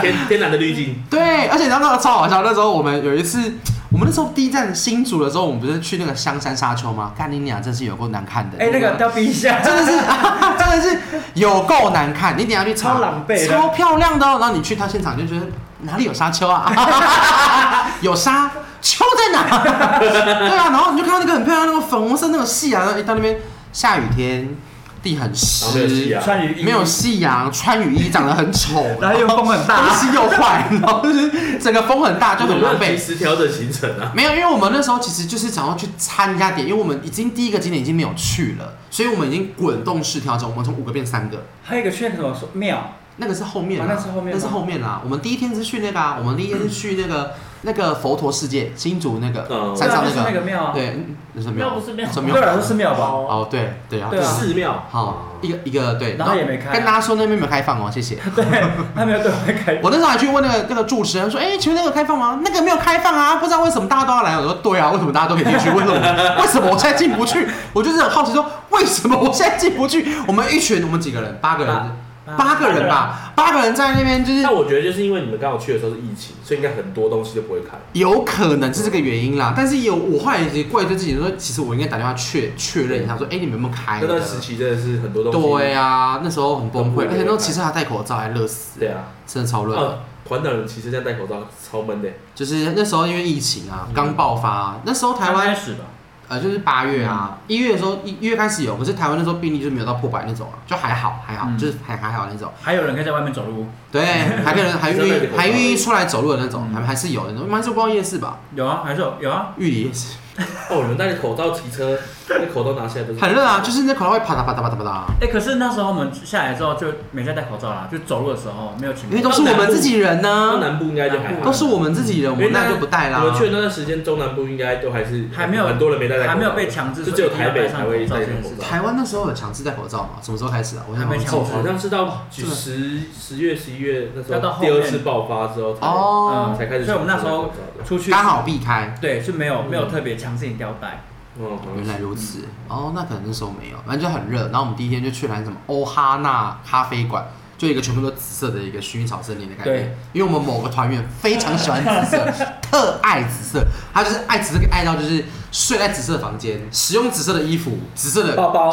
B: 天天然的滤镜，
A: 对，而且你知道那个超好笑，那时候我们有一次，我们那时候第一站新竹的时候，我们不是去那个香山沙丘吗？看你俩真是有够难看的。
C: 哎，那个要逼一下，
A: 真的是，真的是有够难看。你等一下去查
C: 超狼狈的
A: 超漂亮的、哦。然后你去他现场就觉得哪里有沙丘啊？ 有沙丘在哪？ 对啊，然后你就看到那个很漂亮那个粉红色那种夕阳，然后一到那边下雨天，地很
B: 然后没有夕
A: 湿
B: 阳，
C: 穿雨衣
A: 没有，夕阳，穿雨衣长得很丑，
C: 然后又风很
A: 东
C: 大，
A: 西又坏， 然后就是整个风很大，就很狼
B: 及
A: 狈。
B: 时调整行程啊。
A: 没有，因为我们那时候其实就是想要去参加点，因为我们已经第一个景点已经没有去了，所以我们已经滚动式调整，我们从五个变三个。
C: 还有一个圈什么说庙，
A: 那个是后面、啊
C: 啊那是后面吗
A: 那是后面啦、我们第一天是去那个啊，我们第一天是去那个、那个佛陀世界，新竹那个、
B: 嗯
A: 山上
C: 对啊就是
A: 个，
C: 那个庙啊
A: 对，嗯那是庙，
D: 那不是庙
A: 什么
C: 对我来说是庙吧？
A: 哦，对对啊，
C: 对啊
B: 寺庙，
A: 好，一个一个对，
C: 然后也没开啊
A: 跟大家说那边没有开放哦，谢谢。
C: 对，他没有对外开，
A: 我那时候还去问那个那个主持人说：“哎、请问那个开放吗？那个没有开放啊，不知道为什么大家都要来。”我说：“对啊，为什么大家都可以进去？为什么我为什么我现在进不去？我就是很好奇说，为什么我现在进不去？我们一群我们几个人，八个人，
C: 八
A: 八个人吧，八个人在那边就是
B: 但我觉得就是因为你们刚好去的时候是疫情，所以应该很多东西就不会开。
A: 有可能是这个原因啦。但是有我后来也怪罪自己说，其实我应该打电话确确认一下，说：哎、你们有没有开的？
B: 那段时期真的是很多东西。
A: 对啊，那时候很崩溃，
B: 都不会
A: 而且那时候其实还戴口罩，还热死，
B: 对啊，
A: 真的超热的。
B: 啊，环岛人其实现在戴口罩超闷的，
A: 就是那时候因为疫情啊，刚爆发、那时候台湾
C: 刚开始吧，
A: 呃，就是八月啊，一、月的时候，一一月开始有，可是台湾那时候病例就是没有到破百那种啊，就还好，还好，
C: 嗯
A: 就是还还好那种。
C: 还有人可以在外面走路，
A: 对，还可能还
B: 真的有
A: 愿意
B: 口罩
A: 还愿意出来走路的那种，
C: 嗯
A: 还还是有的。我们还是逛夜市吧，
C: 有啊，还是有有啊，
A: 玉里夜市
B: 哦，你们戴着口罩骑车，那口罩拿下来都是
A: 很热啊，就是那口罩会啪嗒啪嗒啪嗒啪嗒，
C: 哎，可是那时候我们下来之后就没再戴口罩啦，就走路的时候没有情
A: 因为
C: 侣
A: 都是我们自己人
B: 中
A: 呢、
B: 南部应该就还好，
A: 都是我们自己人，我们那就不戴啦
B: 我。们去的那段时间，中南部应该都还是
C: 还没有
B: 很多人没戴戴口罩，
C: 还没有被强制
B: 就
C: 说
B: 只有
C: 一定
B: 台
C: 要
B: 北
C: 戴上
B: 才会
C: 口罩
B: 戴
C: 这
B: 上
C: 件
B: 口
C: 事
B: 罩。
A: 台湾那时候有强制戴口罩嘛？什么时候开始啊？我想
C: 还没
A: 忘记
C: 强
B: 哦，
C: 制
B: 好像是到
A: 这
B: 十
A: 个
B: 十十月十一月那时
C: 要到
B: 候
C: 后
B: 第
C: 面
B: 二次爆发之后才
A: 哦，
B: 才开始，
C: 所以我们那时候出去
A: 刚好避开。
C: 对是没有没有特别强制一定要戴，
B: 嗯，
A: 原来如此，哦，那可能那时候没有，反正就很热。然后我们第一天就去了什么欧哈纳咖啡馆，就一个全部都紫色的一个薰衣草森林的概念
C: 对。
A: 因为我们某个团员非常喜欢紫色， 特爱紫色，他就是爱紫色爱到就是睡在紫色的房间，使用紫色的衣服，紫色的就是包包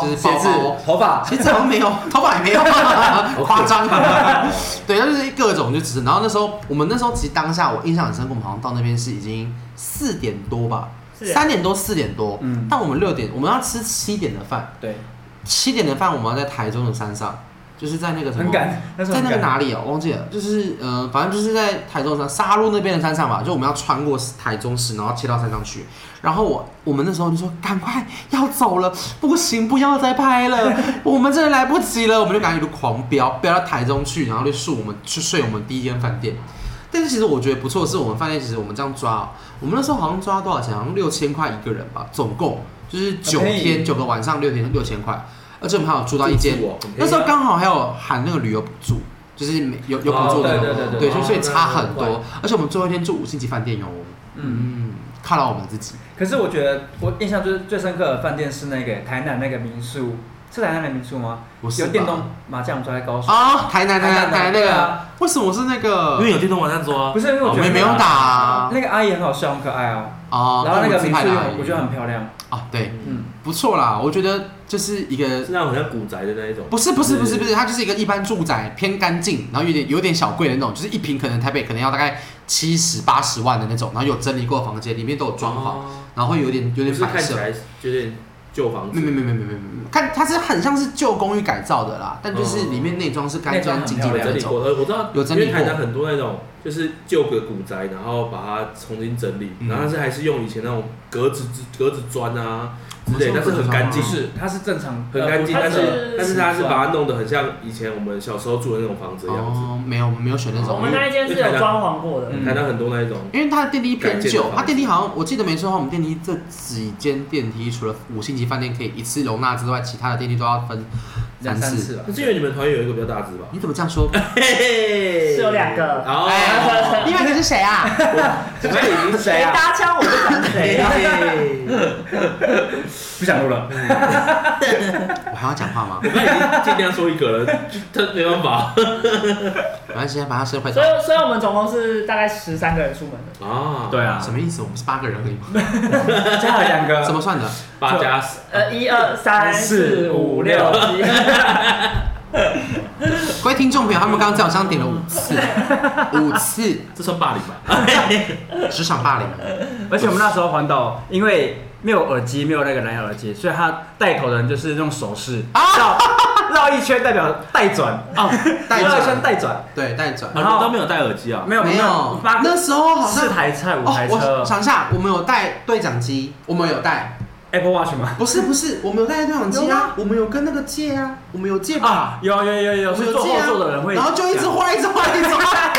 C: 头发
A: 其实好像没有，头发也没有，夸张。 对，那就是各种就只是。然后那时候我们那时候其实当下我印象很深刻，我们好像到那边是已经四点多吧，
D: 四点
A: 三点多四点多。
C: 嗯
A: 但我们六点我们要吃七点的饭，
C: 对，
A: 七点的饭我们要在台中的山上，就是在那个什么
C: 很。赶，那时候
A: 在
C: 很
A: 那个
C: 赶
A: 哪里啊？我忘记了，就是呃，反正就是在台中山沙鹿那边的山上吧，就我们要穿过台中市，然后切到山上去。然后我我们那时候就说赶快要走了，不行，不要再拍了， 我们真的来不及了，我们就赶紧就狂飙飙到台中去，然后就睡我们去睡我们第一间饭店。但是其实我觉得不错，是我们饭店其实我们这样抓哦，我们那时候好像抓多少钱？好像六千块一个人吧，总共就是九
C: 很便宜
A: 天九个晚上六天六千块，而且我们还有住到一间
B: 住宿哦很便宜啊
A: 那
C: 哎
A: 时候刚好还有含那个旅游补助，就是没有有补助的，
C: 哦对对对
A: 对
C: 对
A: 就所以差很
B: 哦那
A: 多
B: 很。
A: 而且我们最后一天住五星级饭店哟，
C: 嗯。
A: 嗯，犒劳我们自己。
C: 可是我觉得我印象最最深刻的饭店是那个台南那个民宿，是台南的民宿吗？
A: 不是吧
C: 有电动麻将桌在高手，
A: 啊，台南台南台南那
C: 对
A: 个
C: 啊，
A: 为什么是那个
B: 因？为有电动晚上桌啊，
C: 不是因为我
A: 哦我
C: 觉得
A: 们也没有打啊，
C: 那个阿姨很好笑，很可爱啊。
A: 哦
C: 然后那个民
A: 我们自拍
C: 宿
A: 的
C: 又
A: 而已
C: 我觉得很漂亮，
A: 啊，对，
C: 嗯，
A: 不错啦，我觉得就是一个
B: 是那种很像古宅的那一种，
A: 不是不是不是不是，它就是一个一般住宅，偏干净，然后有点有点小贵的那种，就是一平可能台北可能要大概七十八十万的那种，然后有整理过的房间，里面都有装潢，
B: 潢，
A: 然后会有点有
B: 就
A: 点
B: 哦是
A: 反
B: 看起
A: 射。
B: 来有点旧房
A: 没
B: 子，
A: 没没没没没没，看它是很像是旧公寓改造的啦，但就是
B: 嗯
A: 里面内装是干
C: 内装
A: 干
C: 很
A: 净净
C: 漂
A: 的那
C: 亮
B: 整理
A: 种。
B: 过，呃，我知道，
A: 有整理
B: 因为台南
A: 过
B: 很多那种就是旧的古宅，然后把它重新整理，
A: 嗯
B: 然后但是还是用以前那种格子格子砖啊之类，
A: 我们
B: 但
A: 是
B: 哦
A: 用
B: 是很干净
C: 不，是，它是正常，
B: 很干净，
C: 呃
B: 但
D: 它
B: 是
D: 是
B: 但是它是把它弄得很像以前我们小时候住的那种房子的样子，
A: 哦，没有，我们没有选那
D: 我
A: 种，
D: 们
A: 因为
D: 那一间是有装潢过的，
C: 嗯
B: 台南很多那一种，
A: 因为它的电梯偏
B: 改建的
A: 旧
B: 房，子
A: 它电梯好像我记得没错的话，我们电梯这几间电梯除了五星级饭店可以一次容纳之外，其他的电梯都要分
C: 两三次吧。
B: 那是因为你们团员有一个比较大只吧？
A: 你怎么这样 说？
B: 是
D: 是有两个
B: 哦，
A: 另外一个是谁啊？
C: 所以你是谁
D: 谁
C: 啊？
D: 搭腔我就讲谁啊。
C: 不想录了。
A: 我还要讲话吗？
B: 我刚才已经尽量说一个了，就他没办 法
A: 没关系，把他生回
D: 所以，所以我们总共是大概十三个人出门的，
B: 啊。啊
C: 对，啊
A: 什，么意思？我们是八个人而已吗？
C: 加了两个，
A: 怎么算的？
B: 八加十，
D: 呃，一二三四五六七，
A: 各位听众朋友，他们刚刚在我上点了五次， 五次
B: 这算霸凌吧？
A: 职场霸凌。
C: 而且我们那时候环岛，因为没有耳机，没有那个蓝牙耳机，所以他带头的人就是用手势绕绕一圈，代表带转哦，
A: 带
C: 绕一
A: 转
C: 圈带转，
A: 对，带转
C: 然
B: 然
C: 后
B: 后都没有戴耳机啊，
C: 没有
A: 没有
C: 八，
A: 那时候好像
C: 四台菜五台
A: 哦，
C: 车
A: 我想一下，我们有带对讲机，我们有带，
C: ，Apple Watch 吗？
A: 不是不是，我们有带对讲机
C: 有
A: 啊
C: 吗，
A: 我们有跟那个借啊，我们有借吧，
C: 啊，有有有有，
A: 我们
C: 是
A: 有
C: 坐
A: 借
C: 后
A: 啊，
C: 座的人会，
A: 然后就一直换，一直换，一直换，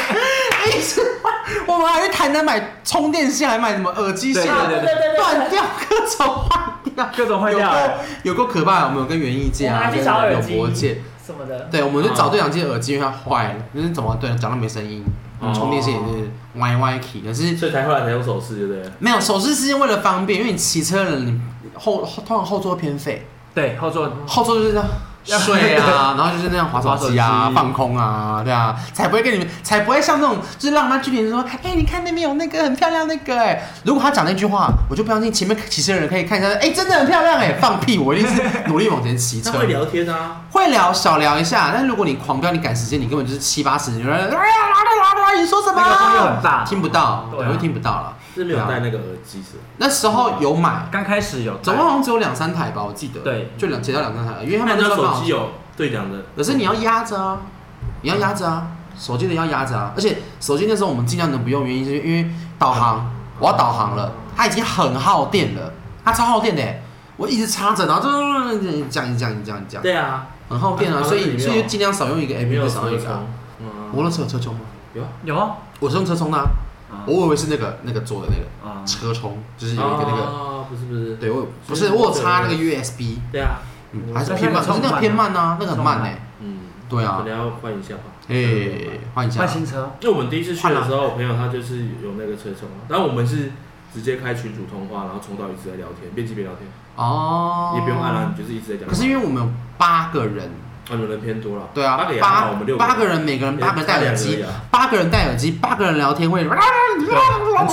A: 一直换，我们还去台南买充电线，还买什么耳机线，
C: 对
D: 啊对对对对
A: 断掉各种坏掉，
C: 各种坏
A: 有
C: 掉
A: 够
C: 哎
A: 有够可怕，我们有跟园艺借
D: 我们
A: 啊，
D: 还去
A: 跟
D: 找
A: 柳
D: 耳机
A: 博借，
D: 什么的，
A: 对，我们就找对讲机的耳机，因为它坏了，就是怎么对讲到没声音，
B: 哦
A: 充电线也是歪歪起，可是
B: 所以才后来才用手势，对不对？
A: 没有手势是为了方便，因为你骑车的人，你后后通常后座会偏废，
C: 对，后座
A: 后座就是这样。睡 啊，然后就是那样滑手机
C: 滑
A: 啊
C: 手，机
A: 放空啊，对啊，才不会跟你们，才不会像那种就是浪漫剧情说，哎、你看那边有那个很漂亮那个哎、如果他讲那句话，我就不相信前面骑车的人可以看一下，哎、真的很漂亮哎、放屁，我一定是努力往前骑车
B: 他。会聊天啊，
A: 会聊少聊一下，但如果你狂飙，你赶时间，你根本就是七八十，你就哎呀啦啦啦啦，你说什么？
C: 那个声音很大
A: 听不到，
C: 对
A: 对，
C: 啊
A: 会听不到了。
B: 是没有戴那个耳机是吧？
A: 那时候有买，
C: 刚开始有带，
A: 总共好像只有两三台吧，我记得。
C: 对
A: 就两截到两三台，因为他
B: 那
A: 们
B: 你
A: 那时
B: 的
A: 候刚
B: 手
A: 好
B: 机。有对讲的，
A: 可是你要压着啊，你要压着啊，手机的要压着啊，而且手机那时候我们尽量能不用，原因是因为导航，我要导航了，它已经很耗电了，它超耗电的、我一直插着，然后就这样这样这样这样，
B: 对啊，
A: 很耗电啊，
B: 啊
A: 所以
B: 那你没有
A: 所以就尽量少用一个
B: 也没有
A: APP，
B: 手
A: 少
B: 机
A: 用一个啊
B: 充。，嗯
A: 摩托车有车充吗？
B: 有啊
C: 有啊，
A: 我是用车充的、啊，我以为是那个那个做的那个
C: 啊，
A: 车充，就是有一个那个，
B: 啊，不是不是，
A: 对我不是我有插那个 USB，
B: 对啊，
A: 嗯，还是偏慢，可是那个偏慢啊，那个很慢呢、
B: 嗯，
A: 对啊
B: 可能要换一下吧。
A: 哎，换一下
C: 换，新车，
B: 因为我们第一次去的时候，我朋友他就是有那个车充嘛，然后我们是直接开群主通话，然后冲到一直在聊天，边骑边聊天，
A: 哦，
B: 也不用按啊了，。你就是一直在讲。
A: 可是因为我们有八个人，
B: 啊，你们人偏多了，
A: 对啊，
B: 八个也还好，
A: 八
B: 我们六
A: 八个，人，每个人八个人戴耳
B: 差
A: 机
B: 两个而已啊，
A: 八个人戴耳机，八个人聊天会，会很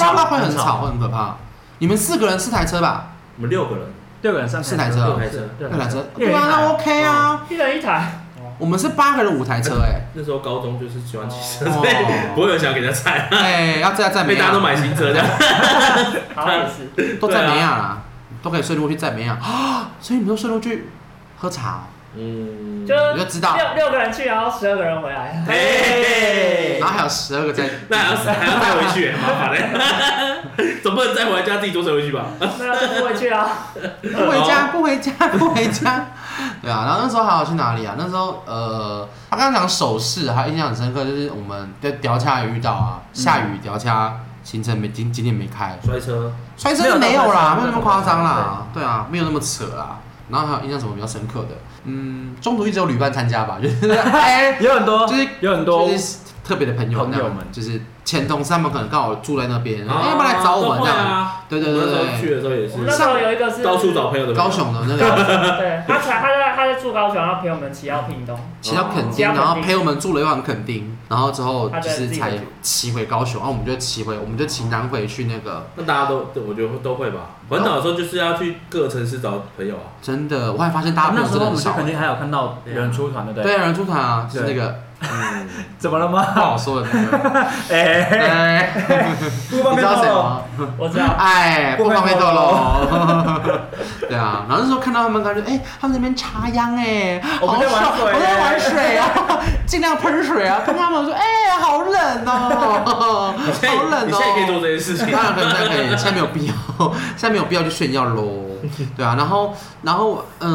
A: 吵，会很可怕。你们四个人四台车吧？
B: 我们六个人，
C: 六个人上
A: 四台车
B: 六台车
A: 四
C: 对
A: 台车，
C: 一
A: 对
C: 人一
A: 啊，那
C: 台，
A: OK 啊。
D: 一人一台，
A: 我们是八个人五台车，哎，
B: 那时候高中就是喜欢骑车，
A: 哦
B: 所以不会有人想给他踩，
A: 哎，要再再
B: 被
A: 美
B: 大家
A: 亚
B: 都，买新车这样。
D: 好像也是，
A: 都在美亚
B: 啊
A: 啦，都可以顺路去在美亚 啊。所以你们都顺路去喝茶哦，
B: 嗯，
D: 就
A: 你就知道
D: 六六个人去，然后十二个人回来，
B: 哎
A: 然后还有十二个 在
B: 那还要还要带回去， 麻烦嘞， 总不能再回家自己坐车回去吧？
D: 那就不会去啊。
A: 不回
B: 哦
A: 家，不回家， 不回家。对啊，然后那时候还有去哪里啊？那时候呃，他刚刚讲手势，还印象很深刻，就是我们在调恰也遇到啊，
B: 嗯
A: 下雨调恰行程没今今天没开，
B: 摔车，
A: 摔车是没有啦，没有
C: 没有到
A: 那么夸张啦，对啊，没有那么扯啦。然后还有印象什么比较深刻的？嗯，中途一直有旅伴参加吧，就是 哎，
C: 有很多，
A: 就是
C: 有很多
A: 就是特别的朋友
C: 朋友
A: 那样
C: 们
A: 就是前同事他们可能刚好住在那边，哎
B: 啊
A: 要不要来找我们
B: 都
A: 这
B: 会
A: 样？
B: 啊，
A: 对对
B: 我
A: 对
B: 那时候去
A: 对
B: 的时候也
D: 我们那
B: 是
D: 时候有一个是
B: 到处找朋友的
A: 对，
B: 朋友，
A: 高雄的那个。
D: 对他才他在他在住高雄，然后陪我们骑到屏东，
A: 骑到垦
D: 骑
A: 丁，
D: 到垦丁
A: 然后陪我们住了一晚垦丁，然后之后
D: 他
A: 就
D: 再
A: 是
D: 自己
A: 才
D: 回去
A: 骑回高雄，然后啊我们就骑回，我们就骑南回去那个，
B: 那大家都，对我觉得都会吧。环岛的时候就是要去各城市找朋友啊，
A: 真的，我还发现大家朋
C: 啊那
A: 友
C: 时
A: 真
C: 候
A: 的很
C: 我们去
A: 少
C: 肯，定还有看到有人出团，对不
A: 对
C: 对？
A: 啊，人出团啊，就是那
C: 对
A: 个
B: 嗯，
C: 怎么 了吗？
A: 不好说的那 个。
C: 哎，
A: 哎，
C: 不
A: 你
C: 方
A: 知
C: 便
A: 道
C: 透
A: 谁
C: 露。
A: 吗？
B: 嗯
D: 我知道，
A: 哎，不
C: 不
A: 方便
C: 方便
A: 透
C: 透
A: 露。对啊，然后那时候看到他们，感觉哎，他们那边插秧哎，
C: 我们
A: 好
C: 在玩
A: 爽
C: 水
A: 我在玩水啊， 尽量喷水啊，跟他们说哎，好冷哦，
B: 你现在
A: 好冷哦。
B: 你现在可以做这件事情，
A: 当然可以，当然可以，现在没有必要，现在没有必要去炫耀喽。对啊，然后，然后，嗯、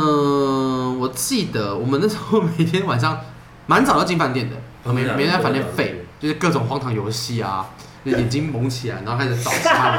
A: 我记得我们那时候每天晚上蛮早就进饭店的，我们每天在饭店废，就是各种荒唐游戏啊，就是眼睛蒙起来，然后开始找他们。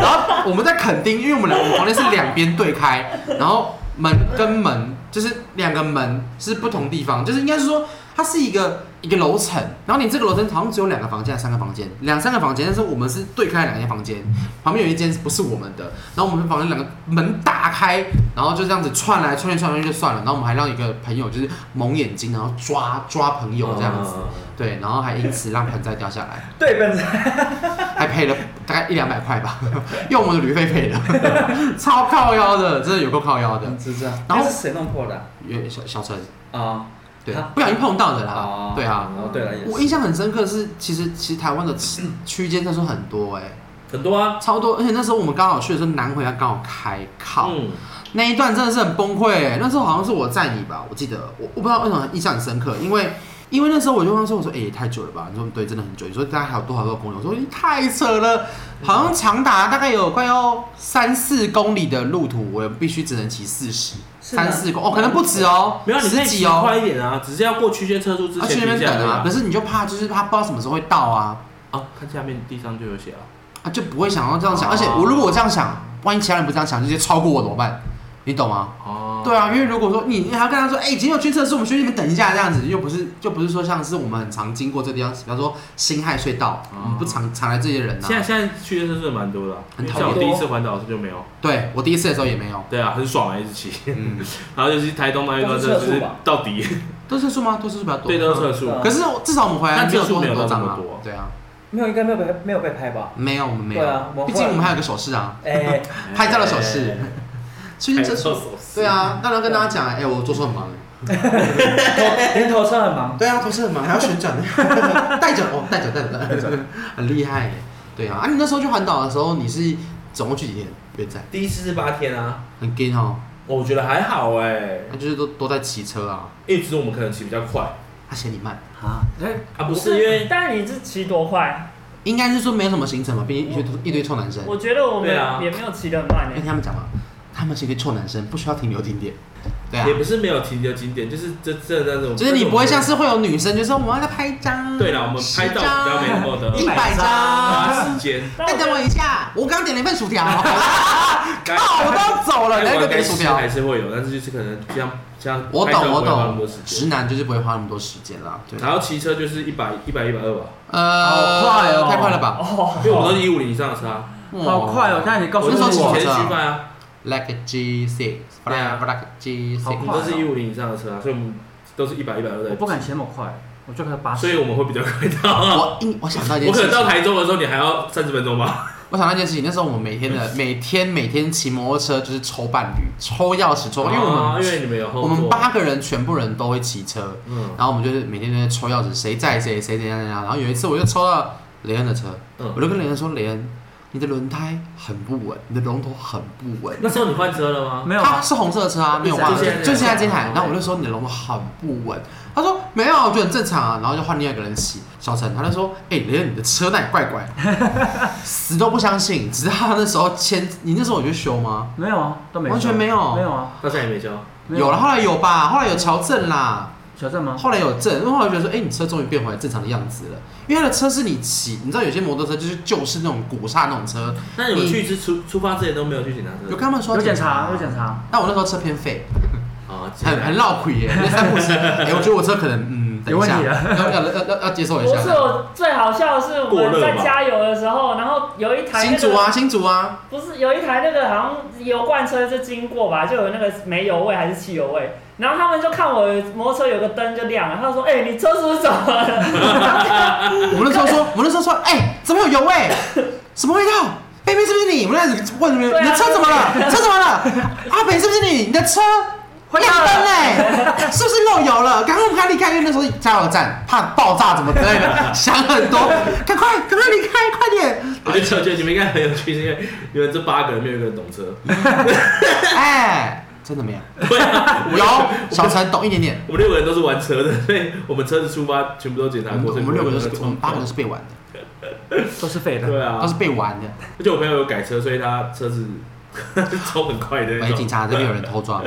A: 然后我们在垦丁，因为我们两我们房间是两边对开，然后门跟门就是两个门是不同地方，就是应该是说它是一个一个楼层，然后你这个楼层好像只有两个房间、还是三个房间、两三个房间，但是我们是对开两间房间，旁边有一间不是我们的，然后我们房间两个门打开，然后就这样子窜来窜去窜来窜去就算了，然后我们还让一个朋友就是蒙眼睛，然后抓抓朋友这样子，
B: 嗯啊
A: 对，然后还因此让盆栽掉下来，
C: 对，本身
A: 还赔了大概一两百块吧，用我们的旅费赔的， 超靠腰的，真的有够靠腰的，
C: 是这样
A: 然后
C: 那是谁弄破的啊
A: 有小小陈，
C: 啊？
A: 对
C: 啊，
A: 不小心碰到的啦
C: 哦，
A: 对啊。
C: 哦，对了，也
A: 我
C: 是。
A: 印象很深刻是，其实其实台湾的吃区间那时候很多哎、
B: 很多啊，
A: 超多，而且那时候我们刚好去的时候，南回要刚好开靠、
B: 嗯，
A: 那一段真的是很崩溃、哎那时候好像是我载你吧，我记得我我不知道为什么印象很深刻，因为因为那时候我就跟他说，我说哎、也太久了吧，你说对，真的很久，你说大概还有多少多少公里？我说太扯了，好像长达大概有快要三四公里的路途，我必须只能骑四十
C: 是吗
A: 三四公哦，可能不止哦，
B: 没有，你可
A: 十
B: 以
A: 几
B: 骑
A: 哦，
B: 快一点啊，只是要过区间车速之
A: 要去
B: 前
A: 那边
B: 停下来
A: 等啊，
B: 啊
A: 可。是你就怕就是他不知道什么时候会到啊。
B: 啊，看下面地上就有写啊，
A: 啊，就不会想要这样想。而且
B: 哦
A: 我如果我这样想，万一其他人不这样想，就直接超过我怎么办？你懂吗？
B: 哦，
A: 对啊，因为如果说你你还要跟他说，哎、今天有军车的时候，我们去那边等一下，这样子又不是又不是说像是我们很常经过这地方，比方说辛亥隧道，
B: 哦
A: 我们不常常来这些人呐、
B: 现在现在区间车速蛮多的啊，
A: 很讨厌
B: 像我第一次环岛的时候就没有，
A: 对我第一次的时候也没有，
B: 对啊，很爽啊，一 直骑，
A: 嗯，
B: 然后就是台东那一段真的
C: 都
B: 是
C: 是测速吧
B: 到底，
A: 都是数吗？都是数比较多。
B: 对，都是测速，
C: 嗯
A: 可是至少我们回来
B: 但
A: 没有
B: 车速
A: 多
B: 没
A: 很
B: 有
A: 多
B: 到
A: 张
B: 那么
A: 啊
B: 多啊。
A: 对啊，
C: 没有，应该没有被没有被拍吧？
A: 没有我们没有，
C: 对啊我们
A: 毕竟我
C: 后
A: 们
C: 来
A: 还有个手势啊，
C: 哎，
A: 拍照的手势，最近
B: 拍
A: 这
B: 照手势
A: 对啊，那要跟大家讲，哎、我做错很忙哎。
C: 头连头车很忙，
A: 对啊，投射 嘛，还要旋转， 带转哦，带转带转带转， 很厉害耶。对啊，啊，你那时候去环岛的时候，你是总共去几天？别在，
B: 第一次是八天啊，
A: 很 gay 哦，
B: 我觉得还好哎，
A: 那就是都都在骑车啊，
B: 因为其实我们可能骑比较快
A: 他嫌你慢，
C: 啊，哎，
B: 啊，不是因为
D: 但你是骑多快？
A: 应该是说没有什么行程嘛，毕竟一堆一堆臭男生。
D: 我觉得我们
B: 对啊
D: 也没有骑得很慢欸
A: 跟
D: 诶、
A: 他们讲嘛，他们是一堆臭男生，不需要停留停点。对啊
B: 也，不是没有停留景点，就是这这那种，
A: 就是你不会像是会有女生就说我们要再拍一张，
B: 对了，我们拍照比较没那么
A: 一
B: 的
A: 百
B: 花
A: 张。
B: 时间，
D: 但
A: 再
D: 我觉
A: 等我
D: 得
A: 一下，我刚点了一份薯条，靠，
B: 该
A: 我都要走 了，你还给我
B: 该
A: 点薯
B: 吃
A: 条
B: 还。是会有，但是就是可能像像
A: 我
B: 拍照
A: 懂，我
B: 不会花那么
A: 懂
B: 多时，间
A: 直男就是不会花那么多时间啦。对，
B: 然后骑车就是一百一百一百二吧，
A: 呃，
C: 好快哦
A: 太快了吧！
D: 哦，
B: 因为我们都是一五零以上的车啊，
C: 好快哦！但你告诉
A: 我那时候骑
B: 以
A: 车
B: 前
A: 啊
C: 我，
B: 区块啊，
A: ，like a G six，
B: 对啊
A: like a G
C: 好
B: 我
A: six，
B: 们
C: 快
B: 都是一五零以上的车啊，所以我们都是一百一百二
C: 我
B: 的，
C: 不敢骑那么快，我就开始八
B: 所
C: 十。
B: 以我们会比较快到。
A: 我一我想到一件
B: 我可
A: 事
B: 能
A: 情
B: 到，台中的时候，你还要三十分钟吧？
A: 我想到一件事情，那时候我们每天
B: 嗯
A: 的每天每天骑摩托车就是抽伴侣，抽钥匙抽，因为我
B: 啊因
A: 们
B: 为你们有后
A: 我
B: 座，
A: 们八个人全部人都会骑车，
B: 嗯
A: 然后我们就是每天都在抽钥匙，谁载谁谁怎样怎样。然后有一次我就抽到雷恩的车，
B: 嗯
A: 我，就跟雷恩说，雷恩，你的轮胎很不稳，你的龙头很不稳。
B: 那时候你换车了吗？
C: 没有
A: 他
C: 啊，
A: 是红色的车啊，没有换，
B: 就现在
A: 就现在这台
B: 哦。
A: 然后我就说你的龙头很不稳，他说没有，我觉得很正常啊。然后就换另外一个人骑，小陈他就说，哎、雷恩你的车那也怪怪，死都不相信。只是他那时候签，你那时候有去修吗？
C: 没有啊，都没有，
A: 完全没有
C: 没有啊，
B: 到现在也没交。
C: 没啊
A: 有了，后来有吧，后来有矫正啦，
C: 小镇吗？
A: 后来有正，因为后来觉得说，哎、你车终于变回来正常的样子了。因为他的车是你骑，你知道有些摩托车就是就是那种鼓刹那种车，
B: 那你们
A: 你
B: 去之出出发之前都没有去检查车？
A: 有跟他们说
C: 有检查，有检查，
A: 但我那时候车偏废，
B: 啊，
A: 很很绕腿耶，那三不 是，哎、我觉得我车可能嗯，等一下
C: 有问题
B: 啊
A: 要要要要要接受一
D: 不
A: 下。
D: 是我最好笑的是我
B: 过
D: 们
B: 热
D: 在
B: 吧
D: 加油的时候，然后有一台
A: 新
D: 那
A: 竹
D: 个
A: 啊，新竹啊，
D: 不是有一台那个好像油罐车就经过吧，就有那个煤油味还是汽油味，然后他们就看我摩托车有个灯就亮了，他就说：“哎、你车是不是怎么了
A: 我们那时候说，我们那时候说，哎、怎么有油味？什么味道？贝贝是不是你？我们那时候问你们，
D: 对啊
A: 你的车怎么了？车怎么了？阿北是不是你？你的车
C: 回
A: 亮
C: 到
A: 灯嘞，是不是漏油了？赶快我们赶快离开，因为那时候加油站怕爆炸怎么之类的，想很多，赶快赶快离开，快点！
B: 我就觉得你们应该很有趣，是因为你们这八个人没有一个人懂车。
A: 哎，真的没有，
B: 对啊，我们
A: 有小陈懂一点点，
B: 我们六个人都是玩车的，所以我们车子出发全部都检查
A: 我们
B: 过。
A: 我
B: 所以
A: 们六个都是
B: 没有人
A: 我们八个都是被玩的，
C: 都是废的。
B: 对啊
A: 都，是被玩的。
B: 而且我朋友有改车，所以他车子 超很快的那
A: 喂，警
B: 种。
A: 察这边有人偷 装，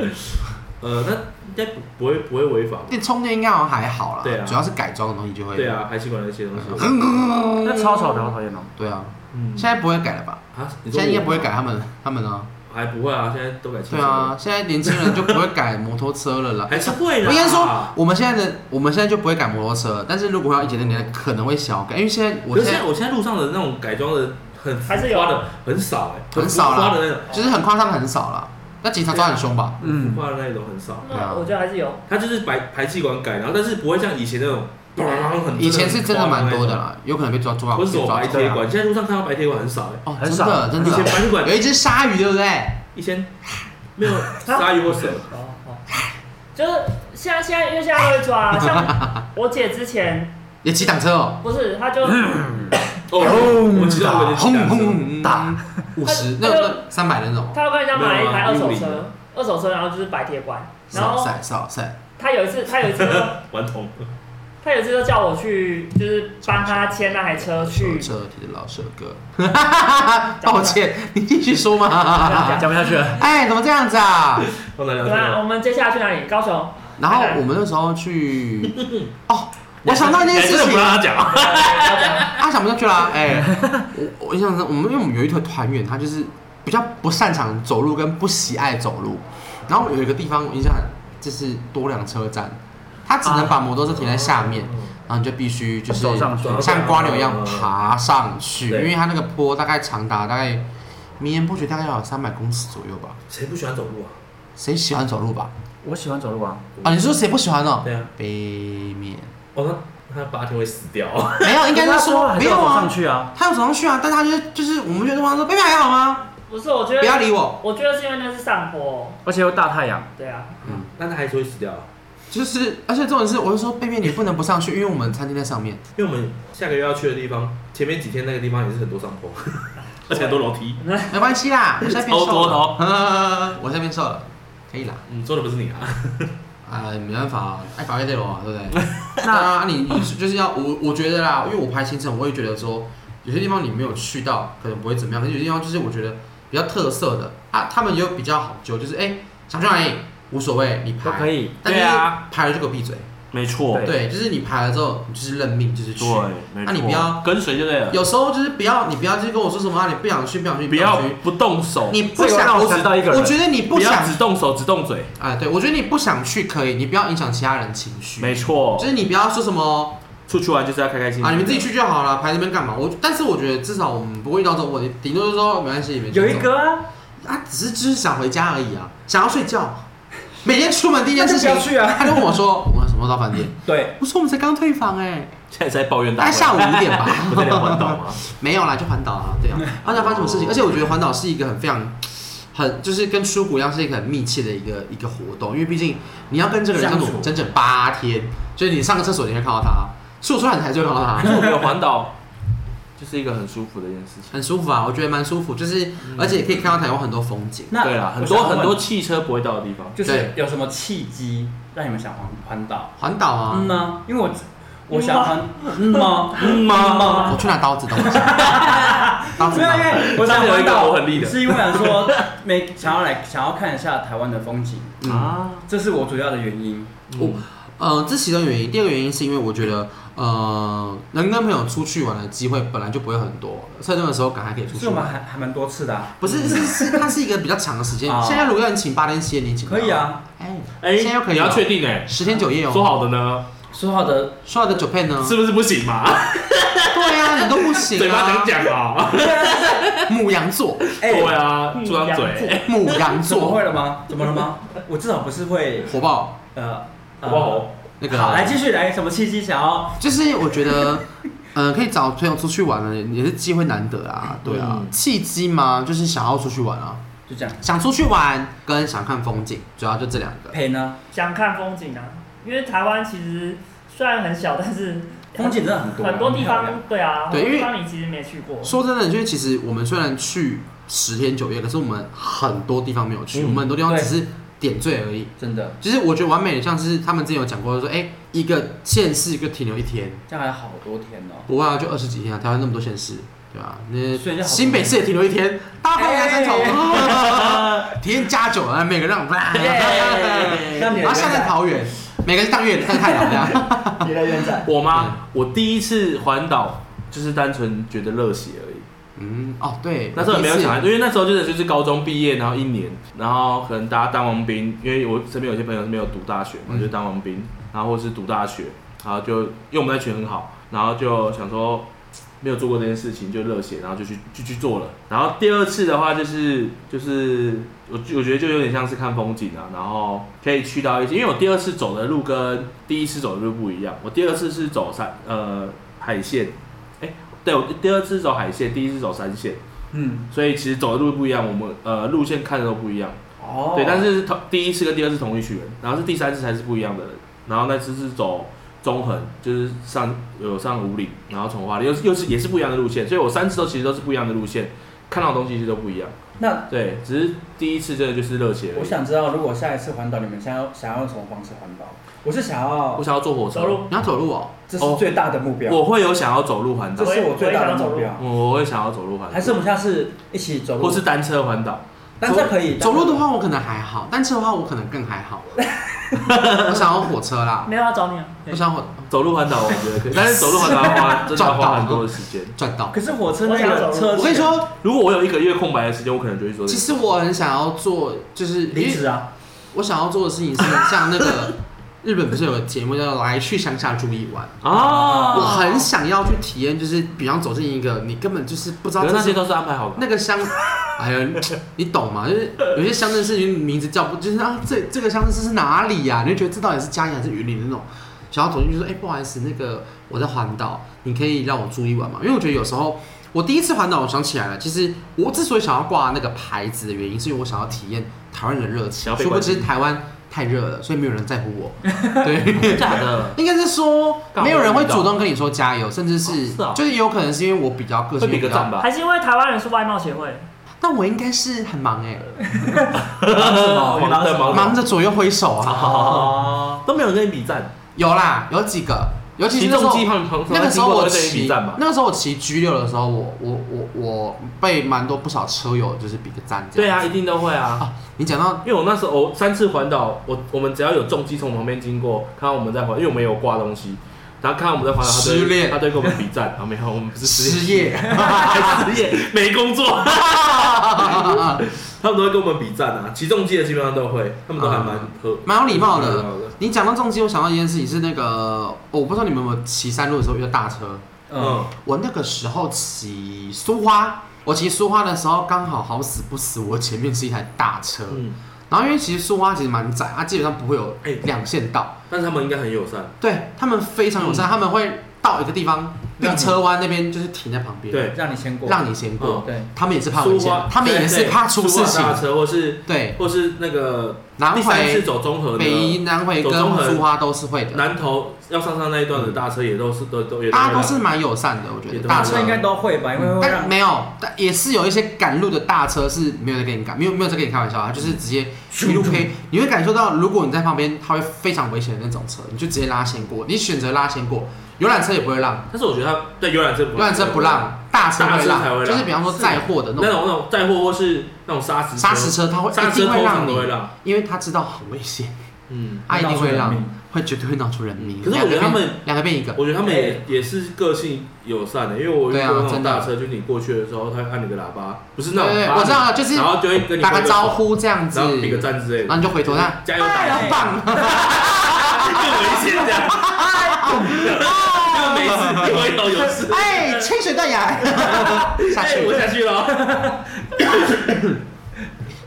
B: 呃，那应该不不会不会违法吧？
A: 电充电应该好像还好啦，
B: 对啊
A: 主要是改装的东西就会。
B: 对，啊，排气管那些东西。
C: 那超吵的，好讨厌哦。
A: 对啊，
B: 嗯
A: 现，在不会改了吧？
B: 啊，你
A: 现
B: 说
A: 在应该
B: 我
A: 不会改他们他们啊，
B: 还不会啊，现在都改汽车。
A: 对啊，，现在年轻人就不会改摩托车了啦。
B: 还是会
A: 啊我
B: 啦。
A: 应该说，我们现在的我们现在就不会改摩托车，但是如果要以前的年代，可能会小改，因为现在我
B: 可是
A: 现
B: 现在
A: 在
B: 我现在路上的那种改装的很
D: 还是有
B: 花的很少哎、
A: 啊很少啦
B: 花的那种，
A: 就是很夸张的很少了。那警察抓很凶吧？
C: 嗯，
B: 花的那种很少。
A: 对啊
D: 那我觉得还是有，
B: 它就是排排气管改，然后但是不会像以前那种，砰很
A: 以前是真的蛮多的，啦，有可能被抓抓
B: 不
A: 被
B: 是我
A: 抓
B: 白
A: 走。
B: 铁管，现在路上看到白铁管很少哎、
A: 哦，
C: 很
A: 真
C: 少
A: 的真
B: 以前
A: 的，
B: 白铁管
A: 有一只鲨鱼，对不对？
B: 以前没有鲨鱼 或蛇，
D: 哦哦，就是现在现在因为现在都会抓，像我姐之前
A: 也骑挡车哦，
D: 不是，她就
C: 嗯
B: 哦，
C: 轰
B: 我知道我的
A: 轰轰
B: 车，
A: 轰
C: 打
B: 嗯
A: 五十那个三百的那种，
D: 她要跟人家买一台二手
B: 没有啊
D: 车，二手车然后就是白铁管，然
A: 少
D: 后
A: 赛少赛，
D: 她有一次她有一 次就
B: 顽童，
D: 她有一次就叫我去，就是帮她牵那台车去
A: 手，车提的老舍哥， 抱歉，你继续说 嘛。
C: 啊讲不下去 了。
A: 哎，怎么这样子啊？
B: 放在聊
D: 对
B: 天
D: 吧？
B: 了。
D: 我们接下来去哪里？高雄。
A: 然后我们那时候 去，哦，我想到一件事
B: 哎你还真的不
A: 情，
B: 让他讲啊，
D: 哎
A: 阿想不下去啦。哎，我我想着我们因为我们有一团团员，他就是比较不擅长走路跟不喜爱走路，然后有一个地方我印象很就是多辆车站，他只
D: 啊
A: 能把摩托车停在下面。然后啊你就必须就是
C: 啊走上去嗯
A: 像瓜牛一样爬上去，因
B: 对
A: 为它那个坡大概长达大概绵延不绝，大概要有三百公尺左右吧。
B: 谁不喜欢走路啊？
A: 谁喜欢走路吧？
C: 我喜欢走路啊，
A: 啊，你说谁不喜欢哦？
B: 对啊，
A: 背面
B: 哦，那那八天会死掉。啊
A: 没有，应该是说
C: 还
A: 没
C: 是要
A: 有
C: 走上
A: 啊。
C: 去啊。
A: 他有走上去啊，但他就是就是我们觉得对方说背面还好吗？
D: 不是，我觉得
A: 不要理我，
D: 我觉得是因为那是上坡，
C: 而且又大太阳，
D: 对啊，
B: 但他还是会死掉啊，
A: 就是而且重点是，我就说背面你不能不上去，因为我们餐厅在上面。
B: 因为我们下个月要去的地方，前面几天那个地方也是很多上 坡，而且很多楼梯。
A: 没关系啦，我现在 变
B: 超
A: 瘦
B: 多的
A: 了
B: 哦，
A: 嗯 我现在变瘦了，可以啦。
B: 嗯，说的不是你啊，
A: 啊，没办法啊，爱法律对吧？对不 对？
C: 那
A: 那你你就是要我我觉得啦，因为我拍行程，我也觉得说有些地方你没有去到，可能不会怎么样，可是有些地方就是我觉得比较特色的啊，他们也有比较好揪，就是哎、想去哪里无所谓，你排
C: 都可，以。
A: 但就是
B: 对啊
A: 排了就给我闭嘴，
B: 没错
C: 对
A: 对，就是你排了之后你就是认命，就是去。
B: 没
A: 那你不要
B: 跟随就对了，
A: 有时候就是不要你不要就是跟我说什么啊，你不想去不想去
B: 不
A: 想
B: 要
A: 去，
B: 不动手，
A: 你不
C: 这个
A: 想
C: 让我想到一个人
A: 我觉得你不
B: 不要
A: 想
B: 只动手只动嘴，
A: 哎，对我觉得你不想去可以，你不要影响其他人情绪，
B: 没错
A: 就，是你不要说什么。
B: 出去玩就是要开
C: 嗯
B: 开心心
A: 啊，你们自己。去就好了，排那边干嘛？我但是我觉得至少我们不会遇到这种问题，顶多就说没关系，没
C: 有一个啊，
A: 啊，只是就是想回家而已啊，想要睡觉。每天出门第一件事情
C: 那就，不要去啊
A: 他就问我说我们什么时候到饭店？
C: 对，
A: 我说我们才刚退房哎、
B: 现在在抱怨
A: 大
B: 大
A: 概
B: 会，。
A: 下午五点 吧
B: 不 在聊环岛啊吗？
A: 没有啦，就环岛啊，对啊，环岛发生什么事
C: 哦
A: 情？而且我觉得环岛是一个很非常。很就是跟出国一样，是一个很密切的一个一个活动，因为毕竟你要跟这个人相处
C: 相处
A: 整整八天，就是你上个厕所你会看到他，所以我出来你才就会看到他。
B: 我觉得环岛 就是一个很舒服的一件事情。
A: 很舒服啊，我觉得蛮舒服，就是、
C: 嗯
A: 而且可以看到台湾很多风景。
C: 那
B: 对啦，很多很多，汽车不会到的地方。
C: 就是有什么契机让你们想环环岛？
A: 环岛啊，
C: 嗯呢，因为我我想环嗯吗？
B: 嗯吗？
A: 我去拿刀子东西， 刀子
C: 没有，因
A: 刀。
C: 为我想
B: 上面有一
C: 环
B: 个
C: 岛
B: 我很立的
C: 是因为想 说没想要来想要看一下台湾的风景，
B: 啊，
C: 这是我主要的原因。
A: 我
B: 嗯
A: 呃，这其中原因，第二个原因是因为我觉得呃，能跟朋友出去玩的机会本来就不会很多，趁那个时候赶还可以出
C: 所
A: 去
C: 以我们
A: 玩。
C: 还还蛮多次的啊，
A: 不是，是是，它是一个比较长的时间。
C: 啊
A: 现在如果要你请八天七夜，你请不
C: 可
A: 到
C: 以。啊。
A: 哎，
B: 哎
A: 现在又可以了
B: 你要确定哎，
A: 十天九夜哦。
B: 说好的呢，
C: 说好的，
A: 说好的九片呢？
B: 是不是不行嘛？
A: 对啊，你都嗯不行
B: 嘴巴
A: 啊
B: 讲。讲啊，
A: 母羊 座，
C: 哎
B: 对，啊，
D: 嗯
B: 住张
D: 两
B: 嘴
D: 次。
A: 母羊
C: 怎么
A: 座，
C: 会了吗？怎么了吗？我至少不是会
A: 火爆
C: 呃
B: 好哎不好？
A: 那个。
C: 好，来继续来，什么契机想要？
A: 就是我觉得，呃，可以找朋友出去玩呢，也是机会难得啊，对啊，
B: 嗯
A: 契机嘛，就是想要出去玩啊，
C: 就这样。
A: 想出去玩跟想看风景，主要就这两个。
C: 陪呢，
D: 想看风景啊，因为台湾其实虽然很小，但是
C: 风景真的很多，啊
D: 很多地
C: 很漂亮
D: 方对啊，
A: 对
D: 很多地
A: 因为
D: 方你其实没去过。
A: 说真的，因为其实我们虽然去十天九夜，可是我们很多地方没有去，
B: 嗯
A: 我们很多地方
C: 对
A: 只是点缀而已。
C: 真的，
A: 其实我觉得完美的像是他们之前有讲过说，哎、一个县市就停留一天，
C: 这样还好多天哦。
A: 国外就二十几天啊，台湾那么多县市，对吧、那
C: 所以就好
A: 新北市也停留一天，大太阳山头，体验加酒啊，每个让，
C: 那你
A: 然后下在桃园，每个是当月当太阳这样。
C: 你的院长，
B: 我吗？我第一次环岛就是单纯觉得热血而已。
A: 嗯，哦对，
B: 那时候也没有
A: 第一次
B: 想太多，因为那时候真的就是高中毕业，然后一年，然后可能大家当完兵，因为我身边有些朋友是没有读大学嘛，
A: 嗯
B: 就当完兵，然后或是读大学，然后就因为我们那群很好，然后就想说没有做过这件事情就热血，然后就去就去做了。然后第二次的话就是就是我我觉得就有点像是看风景啊，然后可以去到一些，因为我第二次走的路跟第一次走的路不一样，我第二次是走山呃海线，哎、对我第二次走海线，第一次走山线。
C: 嗯，
B: 所以其实走的路不一样，我们呃路线看的都不一样。
C: 哦
B: 对，但是同第一次跟第二次同一群人，然后是第三次才是不一样的人。然后那次是走中横，就是上有上五岭，然后从花莲，又是又是也是不一样的路线。所以我三次都其实都是不一样的路线，看到的东西其实都不一样。
C: 那
B: 对，只是第一次真的就是热血而
C: 我
B: 已。
C: 想知道，如果下一次环岛，你们想要想要用什么方式环岛？我是想要
B: 我，想要坐火
D: 走
B: 车，
D: 路
A: 你要走路哦，
C: 这是最大的目标，
B: 我会有想要走路环岛
C: 这，是我最大的目
D: 我也想
C: 标。
B: 我会想要走路环岛，
C: 还是我们下次一起走路
B: 或？是单车环岛。
C: 但这可以
A: 走路的，话我可能还好，单车的话我可能更还好。我想要火车啦，
D: 没有要找你啊，
A: 我想要火
B: 走路环岛我觉得可以，但是走路环岛要 花真的要花很多的时间。
A: 赚到。
C: 可是火车那个车，
A: 我跟你，说，
B: 如果我有一个月空白的时间，我可能就会做这
A: 其
B: 个。
A: 实我很想要做，就是
C: 离职啊，
A: 我想要做的事情是像那个日本不是有个节目叫做《来去乡下住一晚》，
B: 啊，
A: 我很想要去体验，就是比方走进一个你根本就是不知道
B: 可是
A: 这
B: 那些
A: 是
B: 都是安排好的。
A: 那个乡，哎呀，你懂吗？就是有些乡镇市名字叫不，就是啊，这这个乡镇市是哪里啊呀、你就觉得这到底是嘉义还是云林的那种。想要走进去说，哎、不好意思，那个我在环岛，你可以让我住一晚吗？因为我觉得有时候我第一次环岛，我想起来了，其实我之所以想要挂那个牌子的原因，是因为我想要体验台湾人的热
B: 想
A: 情。
B: 要被
A: 殊不
B: 关心
A: 知台湾太热了，所以没有人在乎我。对。
B: 真假的？
A: 应该是说，
B: 干嘛
A: 没有人会主动跟你说加油，甚至是
B: 哦是哦
A: 就是也有可能是因为我比较个
B: 会
A: 性
B: 比
A: 比
B: 个赞
A: 较，
B: 吧？
D: 还是因为台湾人是外貌协会，
B: 嗯
A: 但我应该是很忙哎，
C: 哦
B: 忙的忙
A: 忙着左右挥手啊，
C: 哦，
B: 都没有人跟你比赞，
A: 有啦，有几个，尤其是
B: 起
A: 那时
B: 重
A: 候
B: 机旁旁
A: 那个时候
B: 我
A: 我
B: 跟你比
A: 骑
B: 赞吧？
A: 那个时候我骑 G 六的时候，我我我我被蛮多不少车友就是比个赞这
B: 对
A: 样
B: 啊，
A: 子。
B: 一定都会啊。
A: 你讲到
B: 因为我那时候我三次环岛，我我们只要有重机从旁边经过，看到我们在环，因为我们有挂东西，然后看到我们在环岛，他
A: 失
B: 都会
A: 恋
B: 他都会跟我们比赞。啊，没有，我们不是
A: 失
B: 失
A: 业，
B: 恋，还失业 没 工作，他们都会跟我们比赞啊。起重机的基本上都会，他们都还蛮和
A: 蛮啊有礼貌
B: 蛮有
A: 的。你讲到重机，我想到一件事情是那个，哦我不知道你们有没有骑山路的时候遇到大车。
C: 嗯，
A: 我那个时候骑苏花，我骑苏花的时候刚好好死不死，我前面是一台大车，
B: 嗯，
A: 然后因为其实苏花其实蛮窄，它、基本上不会有
B: 哎
A: 两线道，
B: 但是他们应该很友善，
A: 对他们非常友
B: 嗯
A: 善，他们会到一个地方，那
C: 让
A: 个
C: 你
A: 车弯那边就是停在旁边，，
B: 对，
C: 让你先过，
A: 嗯让你先过，
B: 嗯
C: 对，
A: 他们也是怕危
B: 苏花
A: 险，他们也是怕出事
B: 苏花大
A: 情，
B: 车或是
A: 对，
B: 或是那个
A: 南
B: 第三次
A: 回、
B: 走综合
A: 北宜、
B: 的
A: 南回
B: 走
A: 跟
B: 中横
A: 苏花都是会的，
B: 南投要上上那一段的大车也都是都都
A: 嗯
B: 也
A: 大家都是蛮友善的，我觉得
B: 也都
A: 大
C: 大
A: 车
C: 车应该都会吧，因为会
A: 但
C: 让
A: 没有，但也是有一些赶路的大车是没有在跟你赶，没有没有在跟你开玩
B: 嗯
A: 笑，他啊就是直接一路开，你会感受到，如果你在旁边，它会非常危险的那种车，你就直接拉先过，你选择拉先过，游览车也不会让，
B: 但是我觉得他对游览车
A: 游览车不，让，大车
B: 大
A: 会
B: 车才会
A: 让，
B: 让
A: 就是比方说载货的那
B: 那
A: 种
B: 种那种载货或是那种砂石
A: 砂石车，它会
B: 砂
A: 一
B: 石车
A: 定会
B: 通常
A: 让
B: 都会
A: 你，
B: 让，
A: 因为他知道很危险，
B: 嗯，
A: 他一定会
C: 闹出人
A: 让
C: 命，
A: 会绝对会闹出人命。
B: 可是我觉得他们
A: 两个变一个，
B: 我觉得他们也也是个性友善的，因为我遇
A: 对啊
B: 过那种
A: 真的
B: 大车，就是你过去的时候，他会按你个喇叭，不是
A: 对
B: 那种
A: 对，
B: 叭
A: 我知道了，啊就是
B: 然后就会跟你
A: 打
B: 挥
A: 个招，呼这样子，啊哎
B: 然后比个
A: 然
B: 赞之类的，
A: 后你就回头看。
B: 加油打
A: 很
B: 气，
A: 棒，
B: 更危险这样，更没事，有有有事。
A: 哎，清水断崖， 下
B: 哎
A: 去
B: 我。下去了。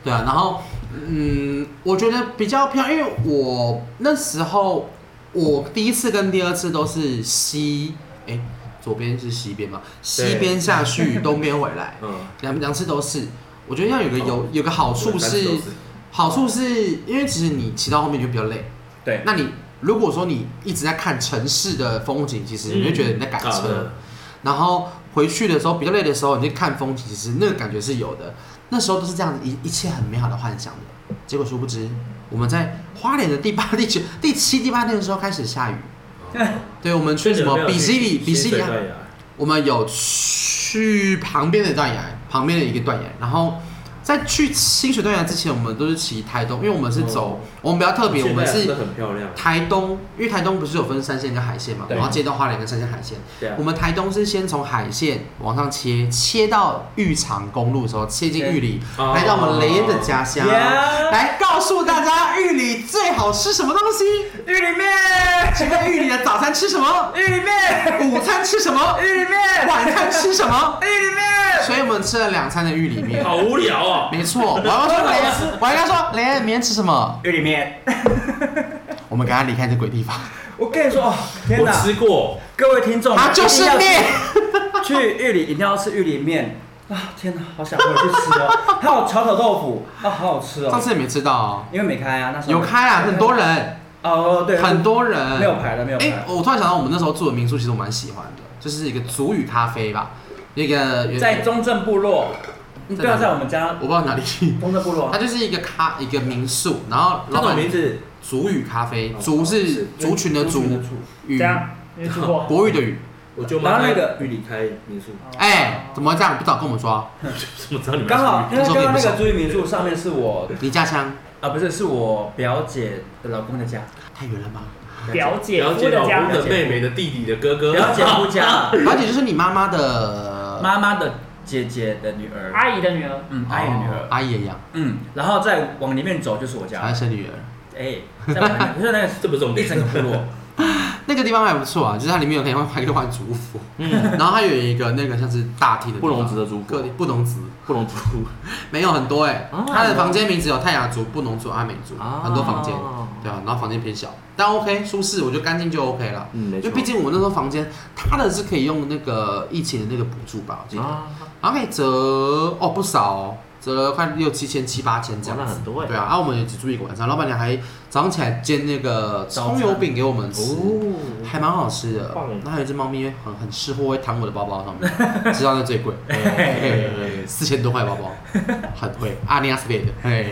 A: 对啊，然后嗯，我觉得比较漂亮，因为我那时候我第一次跟第二次都是西，哎，左边是西边嘛，西边下去，东边回来，
B: 嗯，
A: 两两次都是。我觉得要有个有有个好处是，好处是因为其实你骑到后面你就比较累，
B: 对，
A: 那你如果说你一直在看城市的风景，其实你就觉得你在赶
B: 啊
A: 车，
B: 对
A: 然后回去的时候比较累的时候，你去看风景，其实那个感觉是有的。那时候都是这样子，一一切很美好的幻想的。结果殊不知，我们在花莲的第八、第九、 第七、第八天的时候开始下雨。对，我们去什么比基里、比基里岸，啊我们有去旁边的断崖，旁边的一个断崖，然后在去清水断崖之前，我们都是骑台东，因为我们是走，我们比较特哦别，我们是
B: 很漂亮，
A: 台东，因为台东不是有分山线跟海线嘛，
B: 对
A: 然后接到花莲跟山线海线。
B: 对啊
A: 我，们台东是先从海线往上切，切到玉长公路的时候，切进玉里，
B: 对
A: 来到我们雷恩的家乡，
C: Yeah
A: 来告诉大家玉里最好吃什么东西。
C: 玉里面，
A: 请问玉里的早餐吃什么？
C: 玉里面，
A: 午餐吃什么？
C: 玉里面，
A: 晚餐吃什么？
C: 玉里面。
A: 所以我们吃了两餐的玉里面。
B: 好无聊哦。
A: 没错，我要说雷恩，我还跟他说雷恩，明天吃什么？
C: 玉里面，
A: 我们赶快离开这鬼地方。
C: 我跟你说，哦，天
B: 我
C: 哪！
B: 吃过，
C: 各位听众，
A: 它就是
C: 一定要
A: 面。
C: 去玉里一定要吃玉里面啊！天哪，好想回去 吃哦。还有炒炒豆腐啊，好好吃
A: 上
C: 哦。
A: 次也没吃到哦。
C: 因为没开啊，那时候
A: 有开啊，很多人，
C: 哦，对，
A: 很多人
C: 没有排了，没有排
A: 哎，我突然想到，我们那时候住的民宿其实我蛮喜欢的，就是一个祖语咖啡吧，那个有
C: 在中正部落，
A: 在哪里
C: 对啊，在我们家
A: 我不知道哪里，
C: 中正部落
A: 它
C: 啊，
A: 就是一个咖一个民宿，然后
B: 这
A: 老
B: 种
A: 板
B: 名字
A: 祖语咖啡，
B: 哦
A: 族是
B: 是
A: 族群的族，语
D: 这样你 吃过？哦
A: 国语的语，
B: 我舅
C: 然
B: 妈
C: 后那个
B: 在玉里开民宿，
A: 哎，怎么会这样？不早跟我们说，啊
B: 怎么知道你们
C: 刚好因
A: 那
C: 为
A: 时候并
C: 刚刚
A: 不
C: 那
A: 熟
C: 个朱玉民宿上面是我
A: 离家乡
C: 啊，不是是我表姐的老公的家，
A: 太远了吧？
D: 表姐
B: 了
D: 夫
B: 解
D: 的
B: 老
D: 家
B: 公，的妹妹的弟弟的哥哥，
C: 表姐夫 家
A: 而且就是你妈妈的
C: 妈妈的姐姐的女儿，
D: 阿姨的女儿，
C: 嗯，阿姨的女
A: 哦
C: 儿，
A: 阿姨也养，
C: 嗯，然后再往里面走就是我
A: 还
C: 家，
A: 生女儿。
C: 哎，在往里面不是那个
B: 这不是重
C: 一
B: 点
C: 整，个部落，
A: 那个地方还不错啊，就是它里面有可以换换一个换族服，
B: 嗯，
A: 然后它有一个那个像是大厅的地
B: 不
A: 方
B: 容值的族
A: 各
B: 服，
A: 地不同族
B: 不容族
A: 没有很多哎、
B: 啊
A: 他的房间名字有泰雅族、布农族、阿美族，
B: 啊
A: 很多房间，对啊，然后房间偏小，但 OK 舒适，我觉得干净就 OK 了。
B: 嗯，没
A: 因
B: 错，
A: 为毕竟我们那时候房间，他的是可以用那个疫情的那个补助吧，我记得，
B: 啊，
A: 然后可以折哦不少哦，折了快六七千、七八千这样
B: 哇那
A: 子，
B: 很多欸
A: 对啊，啊我们也只住一个晚上，老板娘还早上起来煎那个葱油饼给我们吃，
B: 哦，
A: 还蛮好吃的
B: 棒欸。
A: 那还有一只猫咪很很识货，会躺我的包包上面， 知道那 最贵。四千多块包包，很 贵。阿尼亚斯贝的，哎，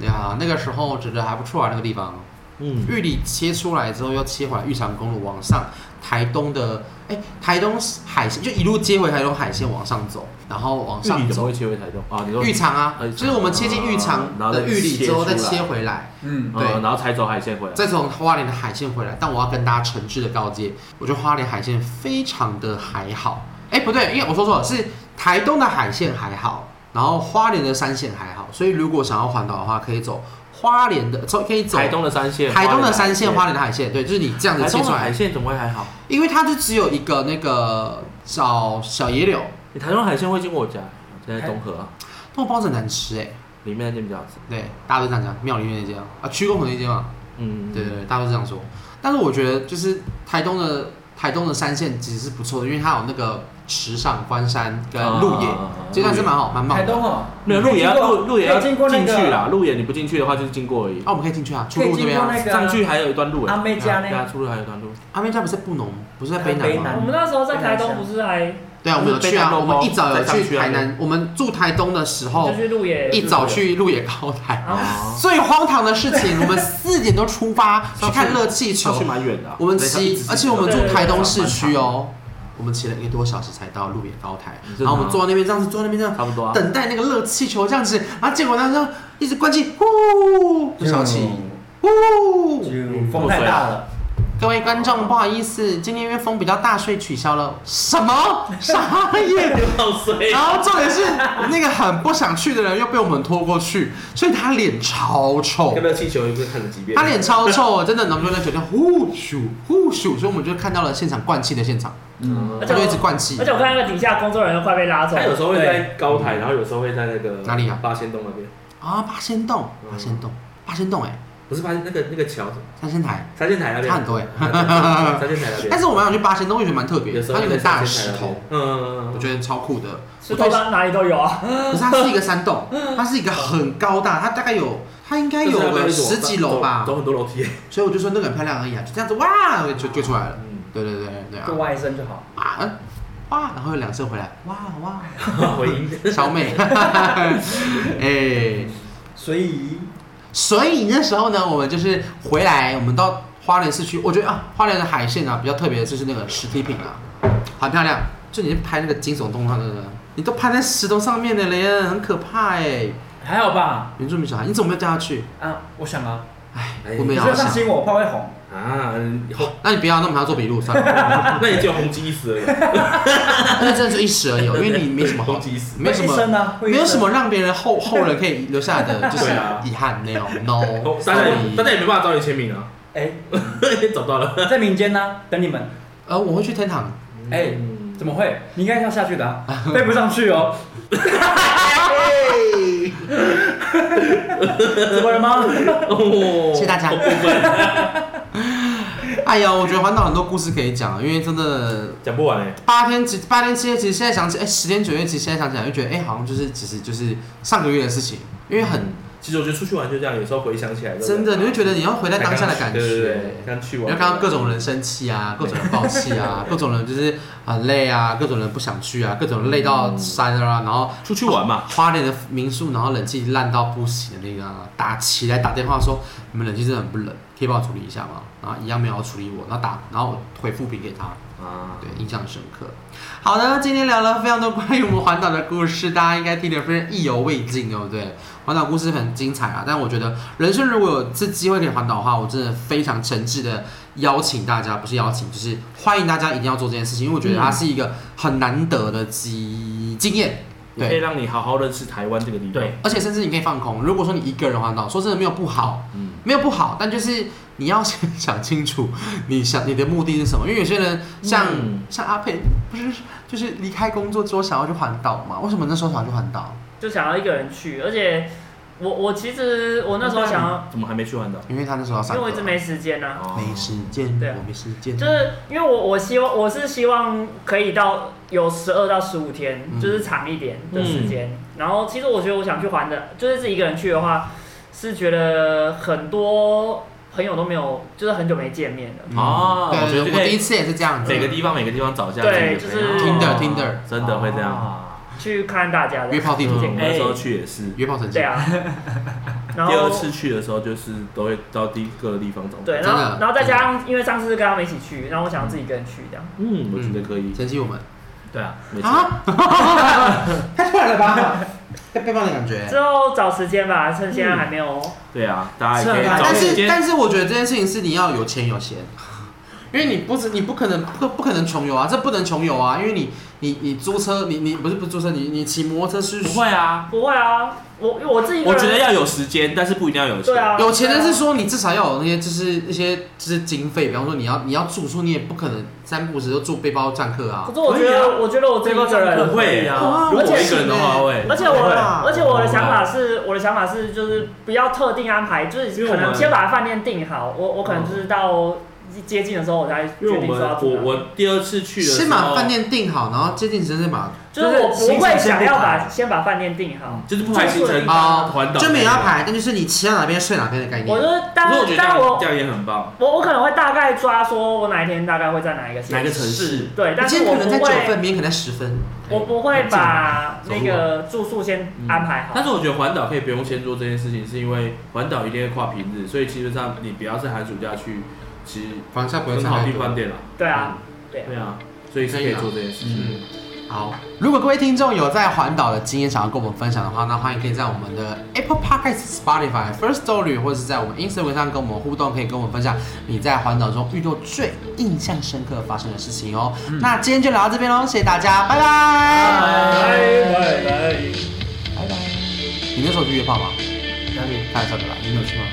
A: 呀，那个时候觉得还不错啊，那个地方。
B: 嗯，
A: 玉里切出来之后，又切回来玉长公路往上，台东的，哎、台东海线就一路接回台东海线往上走，然后往
B: 玉
A: 上
B: 里怎么
A: 走
B: 会。切回台东啊？你说
A: 玉长啊
B: 呃，
A: 就是我们切进玉长
B: 啊然后再
A: 的玉里之后，再
B: 切出来
A: 切回来，
C: 嗯，
A: 对
B: 嗯，然后才走海线回来，
A: 再从花莲的海线回来。但我要跟大家诚挚的告诫，我觉得花莲海线非常的还好。哎、不对，因为我说错了，是台东的海线还好，然后花莲的山线还好。所以如果想要环岛的话，可以走花莲的，走可以走
B: 台东的山线，
A: 台东的山线、花
B: 花
A: 莲的海线。对，就是你这样子
B: 台
A: 切
B: 东
A: 出
B: 的海
A: 来，
B: 线怎么会还好？
A: 因为它就只有一个那个小小野柳，
B: 你台东海鲜会经过我家，现在东河啊，
A: 那种包子很难吃哎、
B: 里面那间比较好吃。
A: 对，大家都这样讲，庙里面那间啊，啊区公所那间嘛。
B: 嗯，
A: 对对，对，大家都这样说。但是我觉得就是台东的台东的山线其实是不错的，因为它有那个池上、关山跟
B: 啊
A: 鹿野，这段是蛮好蛮棒
C: 台
A: 的。
C: 东哦，
B: 没有路也要路路也要
C: 可以经过那
B: 进去
C: 个
B: 啦，路也你不进去的话就是经过而已
A: 啊，。我们可以进去啊，出
C: 可以
A: 路那
C: 经
A: 边
C: 过
A: 啊。
C: 那个
B: 上去还有一段路
C: 阿
B: 哎，
C: 妹家
B: 对
C: 那
B: 啊，出路还有一段路。
A: 阿妹家不是在布农，不是在
C: 在
A: 南
C: 北
A: 吗
C: 南？
D: 我们那时候在台东不是还
A: 对啊，我们有去啊，我们一早有
B: 在上
A: 去
B: 去啊
A: 台南，我们住台东的时候
D: 就，去路野，
A: 一早去鹿野高台。
D: 然后
B: 哦
A: 最荒唐的事情，我们四点多出发去看热气
B: 上
A: 球
B: 去，蛮远的啊，
A: 我们
B: 对
A: 骑，而且我们住
D: 对
A: 台东市区，哦，我们骑了一个多小时才到鹿野高台，
B: 你知
A: 然
B: 道吗
A: 后我们坐在那边这样子，坐在那边这样
B: 差不多 啊。
A: 等待那个热气球这样子，然后结果那时候一直关机，呼，就小起，呼。
C: 就风太大了，
A: 各位观众，不好意思，今天因为风比较大，所以取消了。什么？傻眼！
B: 好水
A: 然后重点是那个很不想去的人又被我们拖过去，所以他脸超臭
B: 跟。热气球也不是看了几遍，
A: 他脸超臭，真的，然后就在酒店呼咻呼咻，所以我们就看到了现场灌气的现场，
C: 嗯，
A: 他
B: 嗯
D: 而且
A: 就一直灌气
D: 而。且我看那个底下工作人员快被拉走
B: 他，有时候会
C: 对
B: 在高台，然后有时候会在那个
A: 哪里啊
B: 八仙洞那边，
A: 啊，八仙洞，
B: 嗯
A: 八仙洞，八仙洞、哎，
B: 不是发现那个那个桥
A: 三仙台。
B: 三线台那边，
A: 差 很多欸
B: 三 线台那
A: 但
B: 边，
A: 是我蛮想去八仙洞，我觉得蛮特别
B: 有
A: 的，
B: 时
A: 它
B: 候
A: 有
B: 在
A: 个大石
B: 三线台那
A: 头
B: 边，，嗯
A: 我
B: 嗯
A: 觉得超酷的。
D: 石
A: 我
D: 头
A: 对，
D: 到哪里都有啊。
A: 可是它是一个山 洞，它是一个很高大，它大概有，它应该
B: 嗯，
A: 有
B: 就是那边
A: 个
B: 走
A: 十几楼吧
B: 走，走很多楼梯，啊
A: 所以我就说那个很漂亮而已啊，就这样子哇，就就出来了。
B: 嗯，
A: 对对对对啊
C: 就，挖一声就好。
A: 啊嗯哇，然后有两声回 来，哇哇，
B: 回音，
A: 小美， 哎，
C: 所以
A: 所以那时候呢，我们就是回来，我们到花莲市区，我觉得啊，花莲的海线啊比较特别，就是那个实体品啊，很漂亮。就你拍那个惊悚动画的，你都拍在石头上面的嘞，很可怕哎、
C: 还好吧？
A: 原住民小孩，你怎么没有带他去？
C: 啊，我想啊，
A: 哎
B: 哎，
A: 我没
C: 你
A: 有
C: 说
A: 想
C: 上。新闻我怕会红，
B: 啊，嗯以后
A: 那你不要，那我们还要做笔录，算了，
B: 那也只有红极一时而已，
A: 那真的就一时而已哦，因为你没什么好
B: 红，极一时，
A: 没什
C: 会一
A: 么，
C: 声啊，会一
A: 没有
C: 声
A: 什么让别人后后人可以留下的就是
B: 对啊哦
A: 遗憾没有，no，
B: 大家也
A: sorry
B: 大家也没办法找你签名啊，
C: 哎，
B: 找到了，
C: 在民间呢，等你们。
A: 呃，我会去天堂，
C: 哎
B: 嗯
C: 怎么会？你应该要下去的啊， 飞不上去哦。 怎么了吗？
B: 哦，
A: 谢谢大家
B: 好过分，
A: 哎呀，我觉得环岛很多故事可以讲啊，因为真的
B: 讲不完哎，
A: 八天七八天七夜，其实现在想起，哎、十天九夜，其实现在想起来就觉得，哎、好像就是其实就是上个月的事情，因为很
B: 其实我觉得出去玩就这样，有时候回想起来，
A: 真的，你会觉得你要回
B: 在
A: 到当下的感觉。欸
B: 对对对，刚去
A: 你
B: 玩，
A: 会看到各种人生气啊，各种人爆气啊，各种人就是很累啊，各种人不想去啊，各种人累到删了啊，然后
B: 出去玩嘛，
A: 花莲的民宿，然后冷气烂到不行的那个啊，打起来打电话说你们冷气真的很不冷，可以帮我处理一下吗？然后一样没有要处理我，然后打，然后我回复评给他，
B: 啊，
A: 对，印象深刻。好的，今天聊了非常多关于我们环岛的故事，大家应该听得非常意犹未尽，对不对？环岛故事很精彩啊，但我觉得人生如果有这机会可以环岛的话，我真的非常诚挚的邀请大家，不是邀请，就是欢迎大家一定要做这件事情，因为我觉得它是一个很难得的机经验。
B: 也可
A: 对，
B: 以让你好好认识台湾这个地方。
C: 对，
A: 而且甚至你可以放空。如果说你一个人环岛，说真的没有不好，
B: 嗯，
A: 没有不好，但就是你要先想清楚，你想你的目的是什么？因为有些人像、
B: 嗯
A: 像阿佩，不是就是离开工作之后想要去环岛嘛？为什么那时候想要去环岛？
D: 就想要一个人去，而且我我其实我那时候想要，
B: 怎么还没去环岛？
A: 因为他那时候要
D: 因
A: 上
D: 为
A: 课啊，
D: 我一直没时间呐、
B: 哦
A: 没时间，
D: 对啊
A: 我没时间，
D: 就是因为我我希望我是希望可以到有十二到十五天，
A: 嗯
D: 就是长一点的时间。然后其实我觉得我想去环的，就是自己一个人去的话，是觉得很多朋友都没有，就是很久没见面了。
A: 嗯
B: 哦
D: 啊
B: 我觉
A: 对
B: 得
A: 对，
B: 就可
A: 我
B: 以
A: 第一次也是这样子
B: 每，个地方每个地方找一下自己的
D: 对
B: 朋友，
D: 就是
B: 哦
A: ，Tinder Tinder
B: 真的会这
A: 哦
B: 样。
C: 啊
D: 去看大家的
A: 约炮地
B: 嗯
A: 图
B: 我
D: 见哎
B: 那时候去也是，
A: 约炮成
D: 对
A: 绩，
D: 啊， 然后
B: 第二次去的时候就是都会到第一个地方找。
D: 对，
A: 真
D: 然
A: 的啊
D: 后然后再加上因为上次是跟他们一起去，然后我想要自己一个人去这样。
B: 嗯，我觉得可以，
A: 珍惜我们
C: 对啊，
B: 没错。
A: 啊， 太突然了吧， 被背叛的感觉。
D: 之后找时间吧，趁现在还没有。
A: 嗯
B: 对啊，大家也可以
C: 是啊
B: 找
A: 但
B: 时
A: 是
B: 间。
A: 但是我觉得这件事情是你要有钱有闲，因为你不止你不可能不不可能穷游啊，这不能穷游啊，因为你你你租车你你不是不是租车你你骑摩托车是
B: 不会啊，
D: 不会啊，我我自己一个
B: 我
D: 人
B: 觉得要有时间，但是不一定要有
D: 对
B: 钱。
D: 啊，
A: 有钱的是说你至少要有那些就是一些就是经费，比方说你要你要住宿，你也不可能三不五时就住背包占客啊
D: 可。是我觉
B: 可以啊
D: 得，我觉得我自己一个
B: 不
D: 人，
B: 会啊，
A: 啊
B: 如果我
D: 而且
B: 一个人的话会。
D: 而且我
A: 对
D: 的
A: 啊
D: 而且我的想法是，我的想法是就是不要特定安排，就
B: 因
D: 是
B: 为我
D: 可
B: 们嗯
D: 能先把饭店定好，我我可能就是到接近的时候我才
B: 因为
D: 决
B: 我
D: 定说要
B: 们
D: 住
B: 我
D: 哪。
B: 我第二次去的时候，
A: 先把饭店订好，然后接近时间再把
D: 就是我
C: 就是
D: 不会想要
C: 行程先不
D: 把先把饭店定好，
B: 就是不排行程
A: 啊
B: 环岛，
A: 就没有要。排，但就是你骑到哪边睡哪边的概
D: 我
A: 念。
D: 就是
B: 可
D: 但
B: 是嗯我觉得这
D: 但
B: 样
D: 我
B: 这样也很棒。
D: 我我可能会大概抓说我哪一天大概会在哪一个县
B: 哪个城市？
D: 对，
A: 你
D: 但
A: 今
D: 是
A: 天
D: 我
A: 可能在
D: 不
A: 九
D: 会
A: 分，明天可能在十分。
D: 我不会把
B: 走路啊
D: 那
B: 嗯
D: 个住宿先安排好。
A: 嗯
B: 但是我觉得环岛可以不用先做这件事情，是因为环岛一定会跨平日，所以基本上你不要在寒暑假去，其实
A: 方向不会
B: 很
A: 差
B: 好
A: 太
B: 订
A: 多
B: 饭店了。
D: 对啊，对啊
B: 对啊，所以是可以做这件事情。
A: 嗯好，如果各位听众有在环岛的经验想要跟我们分享的话，那欢迎可以在我们的 Apple Podcast、Spotify、First Story 或者是在我们 Instagram 上跟我们互动，可以跟我们分享你在环岛中遇到最印象深刻发生的事情哦。
C: 嗯
A: 那今天就聊到这边喽，谢谢大家，拜拜。
C: 拜
B: 拜拜。
A: 拜拜。你那时候去约炮吗？
C: 哪里？
A: 开玩笑的啦，你有去吗？